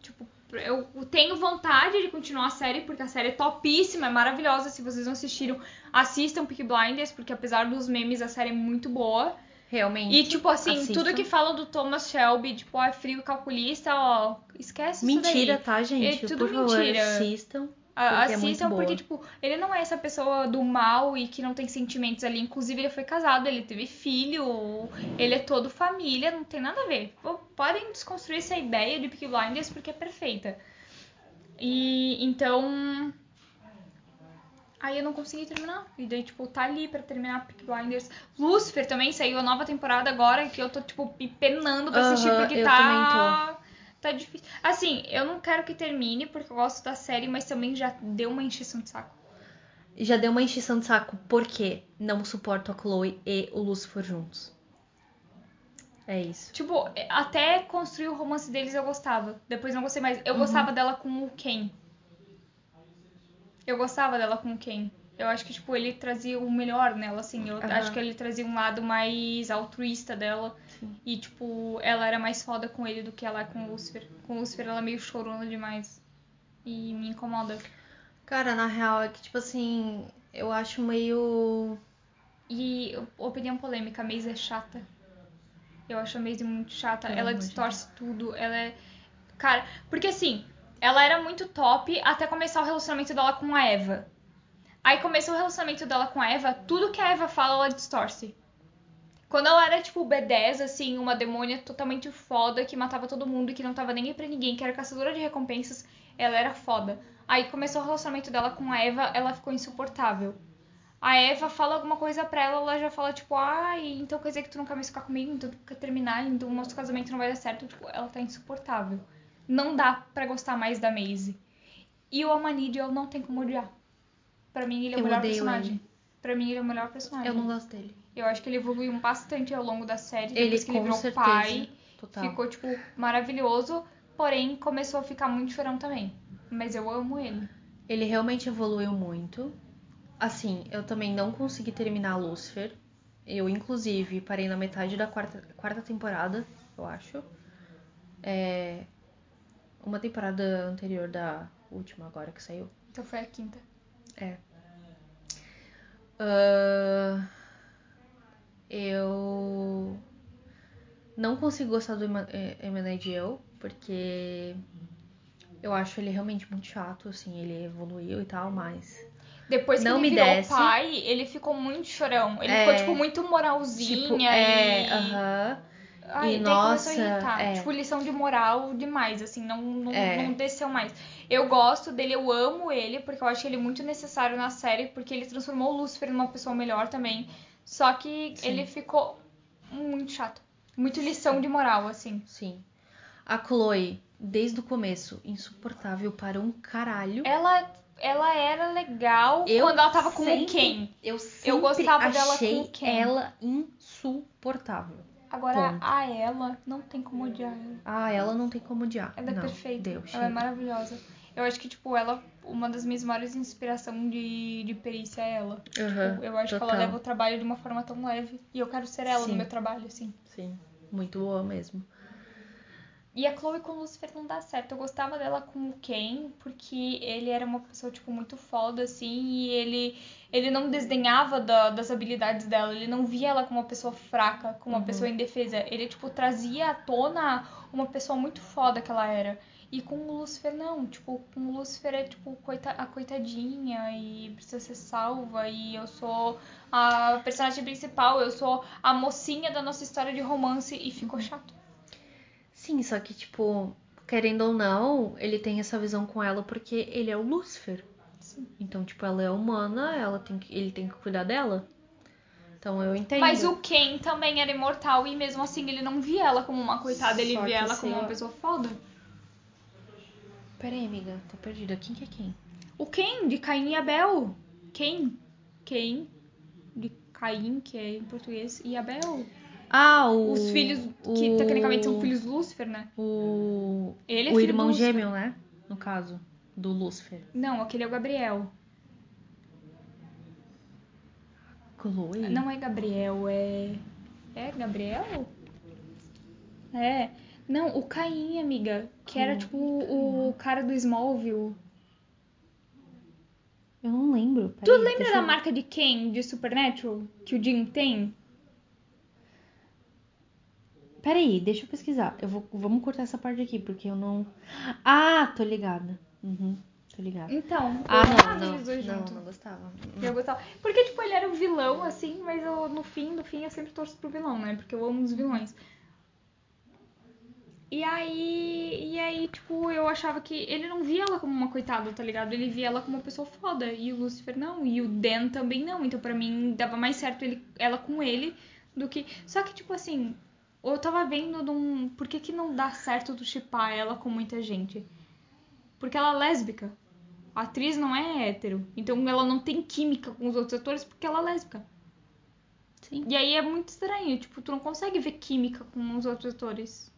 Speaker 1: Tipo, eu tenho vontade de continuar a série, porque a série é topíssima, é maravilhosa. Se vocês não assistiram, assistam Peak Blinders, porque apesar dos memes, a série é muito boa.
Speaker 2: Realmente.
Speaker 1: E, tipo assim,
Speaker 2: assistam.
Speaker 1: tudo que falam do Thomas Shelby, tipo, ó, é frio calculista, ó, esquece
Speaker 2: Mentira,
Speaker 1: isso daí.
Speaker 2: tá, gente?
Speaker 1: É tudo
Speaker 2: Por favor,
Speaker 1: mentira.
Speaker 2: assistam.
Speaker 1: A-
Speaker 2: porque é muito
Speaker 1: Assistam,
Speaker 2: boa.
Speaker 1: porque, tipo, ele não é essa pessoa do mal e que não tem sentimentos ali. Inclusive, ele foi casado, ele teve filho, ele é todo família, não tem nada a ver. Pô, Podem desconstruir essa ideia de Peaky Blinders porque é perfeita. E, então... Aí eu não consegui terminar. E daí, tipo, tá ali pra terminar Peaky Blinders. Lucifer também saiu a nova temporada agora, que eu tô, tipo, me penando pra assistir,
Speaker 2: Aham,
Speaker 1: porque
Speaker 2: eu
Speaker 1: tá. Tá difícil. Assim, eu não quero que termine, porque eu gosto da série, mas também já deu uma encheção de saco.
Speaker 2: Já deu uma encheção de saco, porque não suporto a Chloe e o Lucifer juntos. É isso.
Speaker 1: Tipo, até construir o romance deles eu gostava. Depois não gostei
Speaker 2: Uhum.
Speaker 1: mais. Eu gostava dela com o Ken. Eu gostava dela com o Ken. Eu acho que, tipo, ele trazia o melhor nela, assim. Eu
Speaker 2: Aham.
Speaker 1: acho que ele trazia um lado mais altruísta dela.
Speaker 2: Sim.
Speaker 1: E, tipo, ela era mais foda com ele do que ela é com o Lucifer. Com o Lucifer, ela é meio chorona demais. E me incomoda.
Speaker 2: Cara, na real é que, tipo assim, eu acho meio.
Speaker 1: E opinião polêmica, a Maze é chata. Eu acho a Maze muito chata.
Speaker 2: Pelo
Speaker 1: ela
Speaker 2: amor de
Speaker 1: distorce tudo. Ela é. Cara, porque assim, ela era muito top até começar o relacionamento dela com a Eva. Aí começou o relacionamento dela com a Eva, tudo que a Eva fala, ela distorce. Quando ela era, tipo, B10, assim, uma demônia totalmente foda que matava todo mundo e que não tava nem aí pra ninguém, que era caçadora de recompensas, ela era foda. Aí começou o relacionamento dela com a Eva, ela ficou insuportável. A Eva fala alguma coisa pra ela, ela já fala, tipo, ai, então quer dizer que tu não quer mais ficar comigo, então tu quer terminar, então o nosso casamento não vai dar certo. Tipo, ela tá insuportável. Não dá pra gostar mais da Maisie. E o Amanid eu não tenho como odiar. Pra mim, ele é o
Speaker 2: Eu
Speaker 1: melhor
Speaker 2: odeio
Speaker 1: personagem.
Speaker 2: ele.
Speaker 1: Pra mim, ele é o melhor personagem.
Speaker 2: Eu não gosto dele.
Speaker 1: Eu acho que ele evoluiu bastante ao longo da série. depois que ele
Speaker 2: com
Speaker 1: virou
Speaker 2: certeza.
Speaker 1: pai,
Speaker 2: Total.
Speaker 1: ficou, tipo, maravilhoso. Porém, começou a ficar muito chorão também. Mas eu amo ele.
Speaker 2: Ele realmente evoluiu muito. Assim, eu também não consegui terminar Lucifer. Eu, inclusive, parei na metade da quarta, quarta temporada, eu acho. É. Uma temporada anterior da última, agora que saiu.
Speaker 1: Então foi a quinta.
Speaker 2: É. Ah, eu não consigo gostar do Ema- eh, Emanuel, porque eu acho ele realmente muito chato, assim, ele evoluiu e tal, mas
Speaker 1: Depois que
Speaker 2: Não
Speaker 1: ele
Speaker 2: me
Speaker 1: virou
Speaker 2: desce.
Speaker 1: pai, ele ficou muito chorão. Ele
Speaker 2: É.
Speaker 1: ficou, tipo, muito moralzinha
Speaker 2: tipo,
Speaker 1: e...
Speaker 2: é, aham.
Speaker 1: Ai,
Speaker 2: E
Speaker 1: daí começou
Speaker 2: nossa,
Speaker 1: a irritar.
Speaker 2: é.
Speaker 1: Tipo, lição de moral demais, assim, não, não,
Speaker 2: É.
Speaker 1: não desceu mais. Eu gosto dele, eu amo ele, porque eu acho ele muito necessário na série, porque ele transformou o Lucifer numa pessoa melhor também. Só que
Speaker 2: Sim.
Speaker 1: ele ficou muito chato. Muito lição de moral, assim.
Speaker 2: Sim. A Chloe, desde o começo, insuportável para um caralho.
Speaker 1: Ela, ela era legal
Speaker 2: Eu
Speaker 1: quando ela tava com o
Speaker 2: sempre-
Speaker 1: Ken.
Speaker 2: Eu sempre
Speaker 1: gostava dela
Speaker 2: achei
Speaker 1: com o Ken.
Speaker 2: ela insuportável.
Speaker 1: Agora,
Speaker 2: Ponto.
Speaker 1: a ela, não tem como odiar ela.
Speaker 2: Ah, ela não tem como odiar.
Speaker 1: Ela é
Speaker 2: não,
Speaker 1: perfeita.
Speaker 2: Deu,
Speaker 1: ela
Speaker 2: chega.
Speaker 1: é maravilhosa. Eu acho que, tipo, ela, uma das minhas maiores inspirações de, de perícia é ela.
Speaker 2: Aham,
Speaker 1: eu acho que
Speaker 2: total.
Speaker 1: ela leva o trabalho de uma forma tão leve. E eu quero ser ela
Speaker 2: Sim.
Speaker 1: no meu trabalho, assim.
Speaker 2: Sim, muito boa mesmo.
Speaker 1: E a Chloe com o Lucifer não dá certo. Eu gostava dela com o Ken, porque ele era uma pessoa, tipo, muito foda, assim, e ele, ele não desdenhava da- das habilidades dela. Ele não via ela como uma pessoa fraca, como uma
Speaker 2: Uhum.
Speaker 1: pessoa indefesa. Ele, tipo, trazia à tona uma pessoa muito foda que ela era. E com o Lucifer, não. Tipo, com o Lucifer é, tipo, coita a coitadinha e precisa ser salva. E eu sou a personagem principal, eu sou a mocinha da nossa história de romance. E ficou chato.
Speaker 2: Sim, só que, tipo, querendo ou não, ele tem essa visão com ela porque ele é o Lúcifer.
Speaker 1: Sim.
Speaker 2: Então, tipo, ela é humana, ela tem que, ele tem que cuidar dela. Então eu entendo.
Speaker 1: Mas o Ken também era imortal e mesmo assim ele não via ela como uma coitada, ele
Speaker 2: Só
Speaker 1: via
Speaker 2: que
Speaker 1: ela
Speaker 2: assim,
Speaker 1: como uma
Speaker 2: ó.
Speaker 1: pessoa foda.
Speaker 2: Peraí, amiga, tô perdida. Quem que é quem?
Speaker 1: O Ken de Caim e Abel. Ken? Ken de Caim, que é em português, e Abel.
Speaker 2: Ah, o.
Speaker 1: Os filhos que
Speaker 2: o-
Speaker 1: tecnicamente são filhos do Lúcifer, né?
Speaker 2: O.
Speaker 1: Ele é
Speaker 2: o
Speaker 1: filho
Speaker 2: irmão
Speaker 1: do Lúcifer.
Speaker 2: gêmeo, né? No caso, do Lúcifer.
Speaker 1: Não, aquele é o Gabriel.
Speaker 2: Chloe?
Speaker 1: Não é Gabriel, é É Gabriel? É. Não, o Caim, amiga, que era
Speaker 2: Como?
Speaker 1: tipo o cara do Smallville.
Speaker 2: Eu não lembro.
Speaker 1: Tu
Speaker 2: peraí,
Speaker 1: lembra
Speaker 2: deixa
Speaker 1: da
Speaker 2: eu-
Speaker 1: marca de Ken de Supernatural que o Jim tem?
Speaker 2: Peraí, deixa eu pesquisar. Eu vou, vamos cortar essa parte aqui, porque eu não. Ah, tô ligada. Uhum, tô ligada.
Speaker 1: Então,
Speaker 2: Ah,
Speaker 1: eu
Speaker 2: não,
Speaker 1: gostava
Speaker 2: não,
Speaker 1: deles dois
Speaker 2: não,
Speaker 1: juntos.
Speaker 2: não gostava.
Speaker 1: Eu gostava. Porque, tipo, ele era o vilão, assim, mas eu, no fim, no fim, eu sempre torço pro vilão, né? Porque eu amo os vilões. E aí, e aí, tipo, eu achava que ele não via ela como uma coitada, tá ligado? Ele via ela como uma pessoa foda. E o Lucifer não, e o Dan também não. Então, pra mim, dava mais certo ele, ela com ele do que. Só que, tipo assim, eu tava vendo de um. Por que, que não dá certo tu chipar ela com muita gente? Porque ela é lésbica. A atriz não é hétero. Então ela não tem química com os outros atores porque ela é lésbica.
Speaker 2: Sim.
Speaker 1: E aí é muito estranho. Tipo, tu não consegue ver química com os outros atores.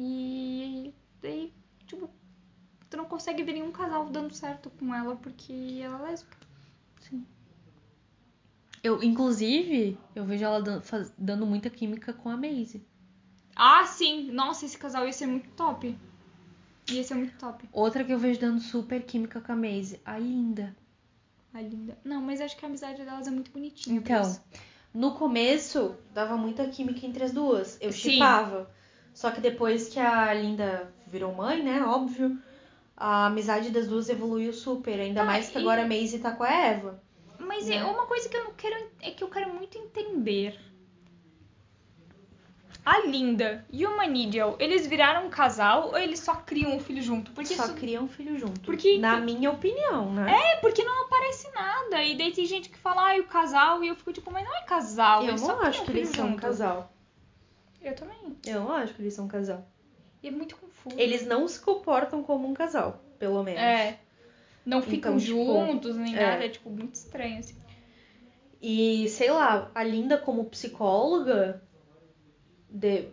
Speaker 1: E daí, tipo, tu não consegue ver nenhum casal dando certo com ela porque ela é lésbica.
Speaker 2: Eu, inclusive, eu vejo ela dan- faz- dando muita química com a Maisie.
Speaker 1: Ah, sim! Nossa, esse casal ia ser muito top. Ia ser muito top.
Speaker 2: Outra que eu vejo dando super química com a Maisie, a Linda.
Speaker 1: A linda. Não, mas acho que a amizade delas é muito bonitinha. por
Speaker 2: Então,
Speaker 1: isso.
Speaker 2: no começo dava muita química entre as duas. Eu
Speaker 1: Sim.
Speaker 2: chipava. Só que depois que a Linda virou mãe, né? Óbvio, a amizade das duas evoluiu super. Ainda
Speaker 1: Ah,
Speaker 2: mais que
Speaker 1: e-
Speaker 2: agora a Maisie tá com a Eva.
Speaker 1: Mas é
Speaker 2: Né?
Speaker 1: uma coisa que eu não quero é que eu quero muito entender. A Linda e o Manigel, eles viraram um casal ou eles só criam um filho junto? Porque
Speaker 2: Só
Speaker 1: isso-
Speaker 2: cria um filho junto.
Speaker 1: Porque-
Speaker 2: Na minha opinião, né?
Speaker 1: é porque não aparece nada. E daí tem gente que fala, ai, o casal, e eu fico tipo, mas não é casal,
Speaker 2: eu
Speaker 1: eles só
Speaker 2: não
Speaker 1: criam
Speaker 2: acho
Speaker 1: um
Speaker 2: que
Speaker 1: filho
Speaker 2: eles são um
Speaker 1: junto.
Speaker 2: casal.
Speaker 1: Eu também.
Speaker 2: Eu não acho que eles são um casal.
Speaker 1: E é muito confuso.
Speaker 2: Eles não se comportam como um casal, pelo menos.
Speaker 1: é. Não ficam
Speaker 2: Então, tipo,
Speaker 1: juntos nem
Speaker 2: é.
Speaker 1: nada, é tipo muito estranho assim.
Speaker 2: E, sei lá, a Linda como psicóloga de-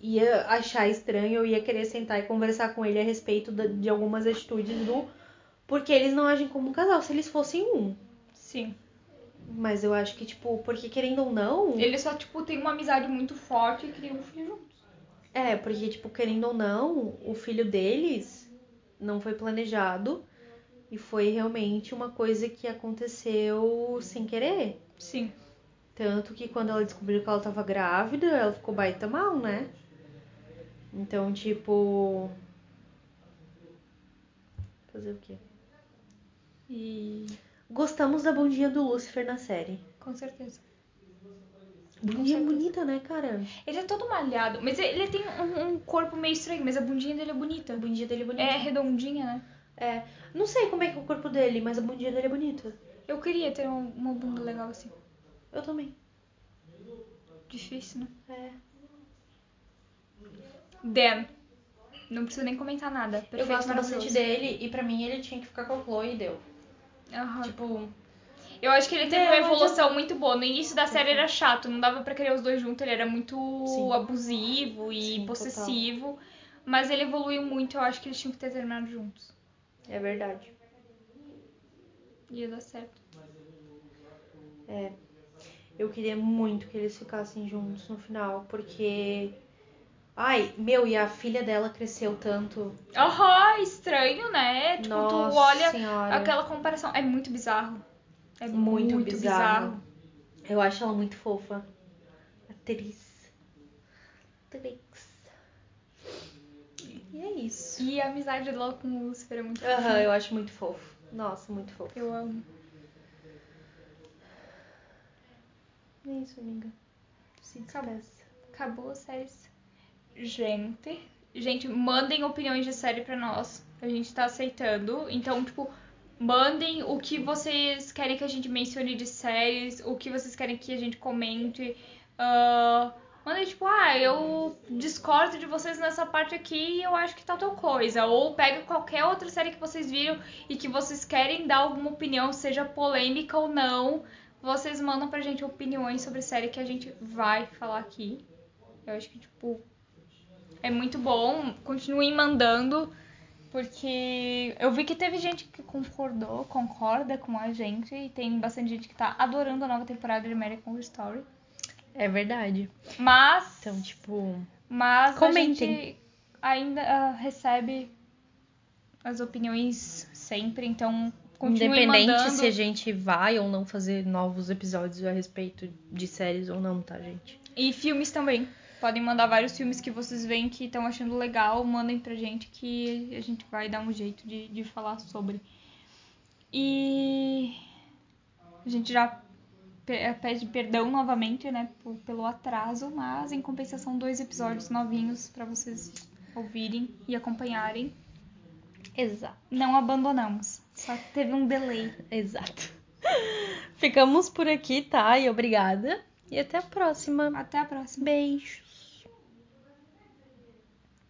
Speaker 2: ia achar estranho, eu ia querer sentar e conversar com ele a respeito da- de algumas atitudes do. Porque eles não agem como um casal, se eles fossem um.
Speaker 1: Sim.
Speaker 2: Mas eu acho que, tipo, porque querendo ou não.
Speaker 1: Eles só tipo têm uma amizade muito forte e criam um filho junto.
Speaker 2: É, porque, tipo, querendo ou não, o filho deles não foi planejado e foi realmente uma coisa que aconteceu sem querer.
Speaker 1: Sim.
Speaker 2: Tanto que quando ela descobriu que ela tava grávida, ela ficou baita mal, né? Então, tipo. Fazer o quê?
Speaker 1: E
Speaker 2: Gostamos da bundinha do Lucifer na série.
Speaker 1: com certeza
Speaker 2: Bundinha
Speaker 1: certeza.
Speaker 2: bonita, né, cara?
Speaker 1: Ele é todo malhado, mas ele tem um, um corpo meio estranho, mas a bundinha dele é bonita.
Speaker 2: A bundinha dele é bonita.
Speaker 1: É redondinha, né?
Speaker 2: É. Não sei como é que é o corpo dele, mas a bundinha dele é bonita.
Speaker 1: Eu queria ter um- uma bunda legal assim.
Speaker 2: Eu também.
Speaker 1: Difícil, né?
Speaker 2: É.
Speaker 1: Dan. Não preciso nem comentar nada. Perfeito,
Speaker 2: Eu gosto
Speaker 1: maravilhoso.
Speaker 2: bastante dele e pra mim ele tinha que ficar com a Chloe e deu.
Speaker 1: Aham.
Speaker 2: Tipo,
Speaker 1: Eu acho que ele teve
Speaker 2: Não,
Speaker 1: uma
Speaker 2: mas eu-
Speaker 1: evolução muito boa. No início da série era chato, não dava pra querer os dois juntos, ele era muito
Speaker 2: Sim.
Speaker 1: abusivo e
Speaker 2: Sim,
Speaker 1: possessivo. Mas ele evoluiu muito, eu acho que eles tinham que ter terminado juntos.
Speaker 2: é verdade.
Speaker 1: Ia dar certo.
Speaker 2: É. Eu queria muito que eles ficassem juntos no final, porque. Ai, meu, e a filha dela cresceu tanto.
Speaker 1: Aham, estranho, né? Tipo,
Speaker 2: Nossa
Speaker 1: tu olha
Speaker 2: senhora.
Speaker 1: Aquela comparação é muito bizarro. É
Speaker 2: Muito,
Speaker 1: muito,
Speaker 2: bizarro.
Speaker 1: bizarro.
Speaker 2: Eu acho ela muito fofa. Atriz. Atriz. E é isso. Uhum.
Speaker 1: E a amizade dela com o Lucifer é muito
Speaker 2: Aham,
Speaker 1: fofa.
Speaker 2: eu acho muito fofo. Nossa, muito fofo.
Speaker 1: Eu amo.
Speaker 2: É isso, amiga. Se
Speaker 1: Acabou.
Speaker 2: despeça.
Speaker 1: Acabou a série. Gente. Gente, mandem opiniões de série pra nós. A gente tá aceitando. Então, tipo, mandem o que vocês querem que a gente mencione de séries, o que vocês querem que a gente comente. Ah, mandem, tipo, ah, eu discordo de vocês nessa parte aqui e eu acho que tá tal coisa. Ou pega qualquer outra série que vocês viram e que vocês querem dar alguma opinião, seja polêmica ou não. Vocês mandam pra gente opiniões sobre série que a gente vai falar aqui. Eu acho que, tipo, é muito bom. Continuem mandando, porque eu vi que teve gente que concordou, concorda com a gente, e tem bastante gente que tá adorando a nova temporada de American Horror Story.
Speaker 2: É verdade.
Speaker 1: Mas,
Speaker 2: Então, tipo.
Speaker 1: mas
Speaker 2: comentem.
Speaker 1: a gente ainda ah, recebe as opiniões sempre, então continuem
Speaker 2: Independente
Speaker 1: mandando.
Speaker 2: se a gente vai ou não fazer novos episódios a respeito de séries ou não, tá, gente?
Speaker 1: E filmes também. Podem mandar vários filmes que vocês veem que estão achando legal, mandem pra gente que a gente vai dar um jeito de, de falar sobre. E a gente já pe- eh, pede perdão novamente, né, por- pelo atraso, mas em compensação dois episódios novinhos pra vocês ouvirem e acompanharem.
Speaker 2: Exato.
Speaker 1: Não abandonamos. Só que teve um delay.
Speaker 2: Exato. Ficamos por aqui, tá? E obrigada. E até a próxima.
Speaker 1: Até a próxima.
Speaker 2: Beijos.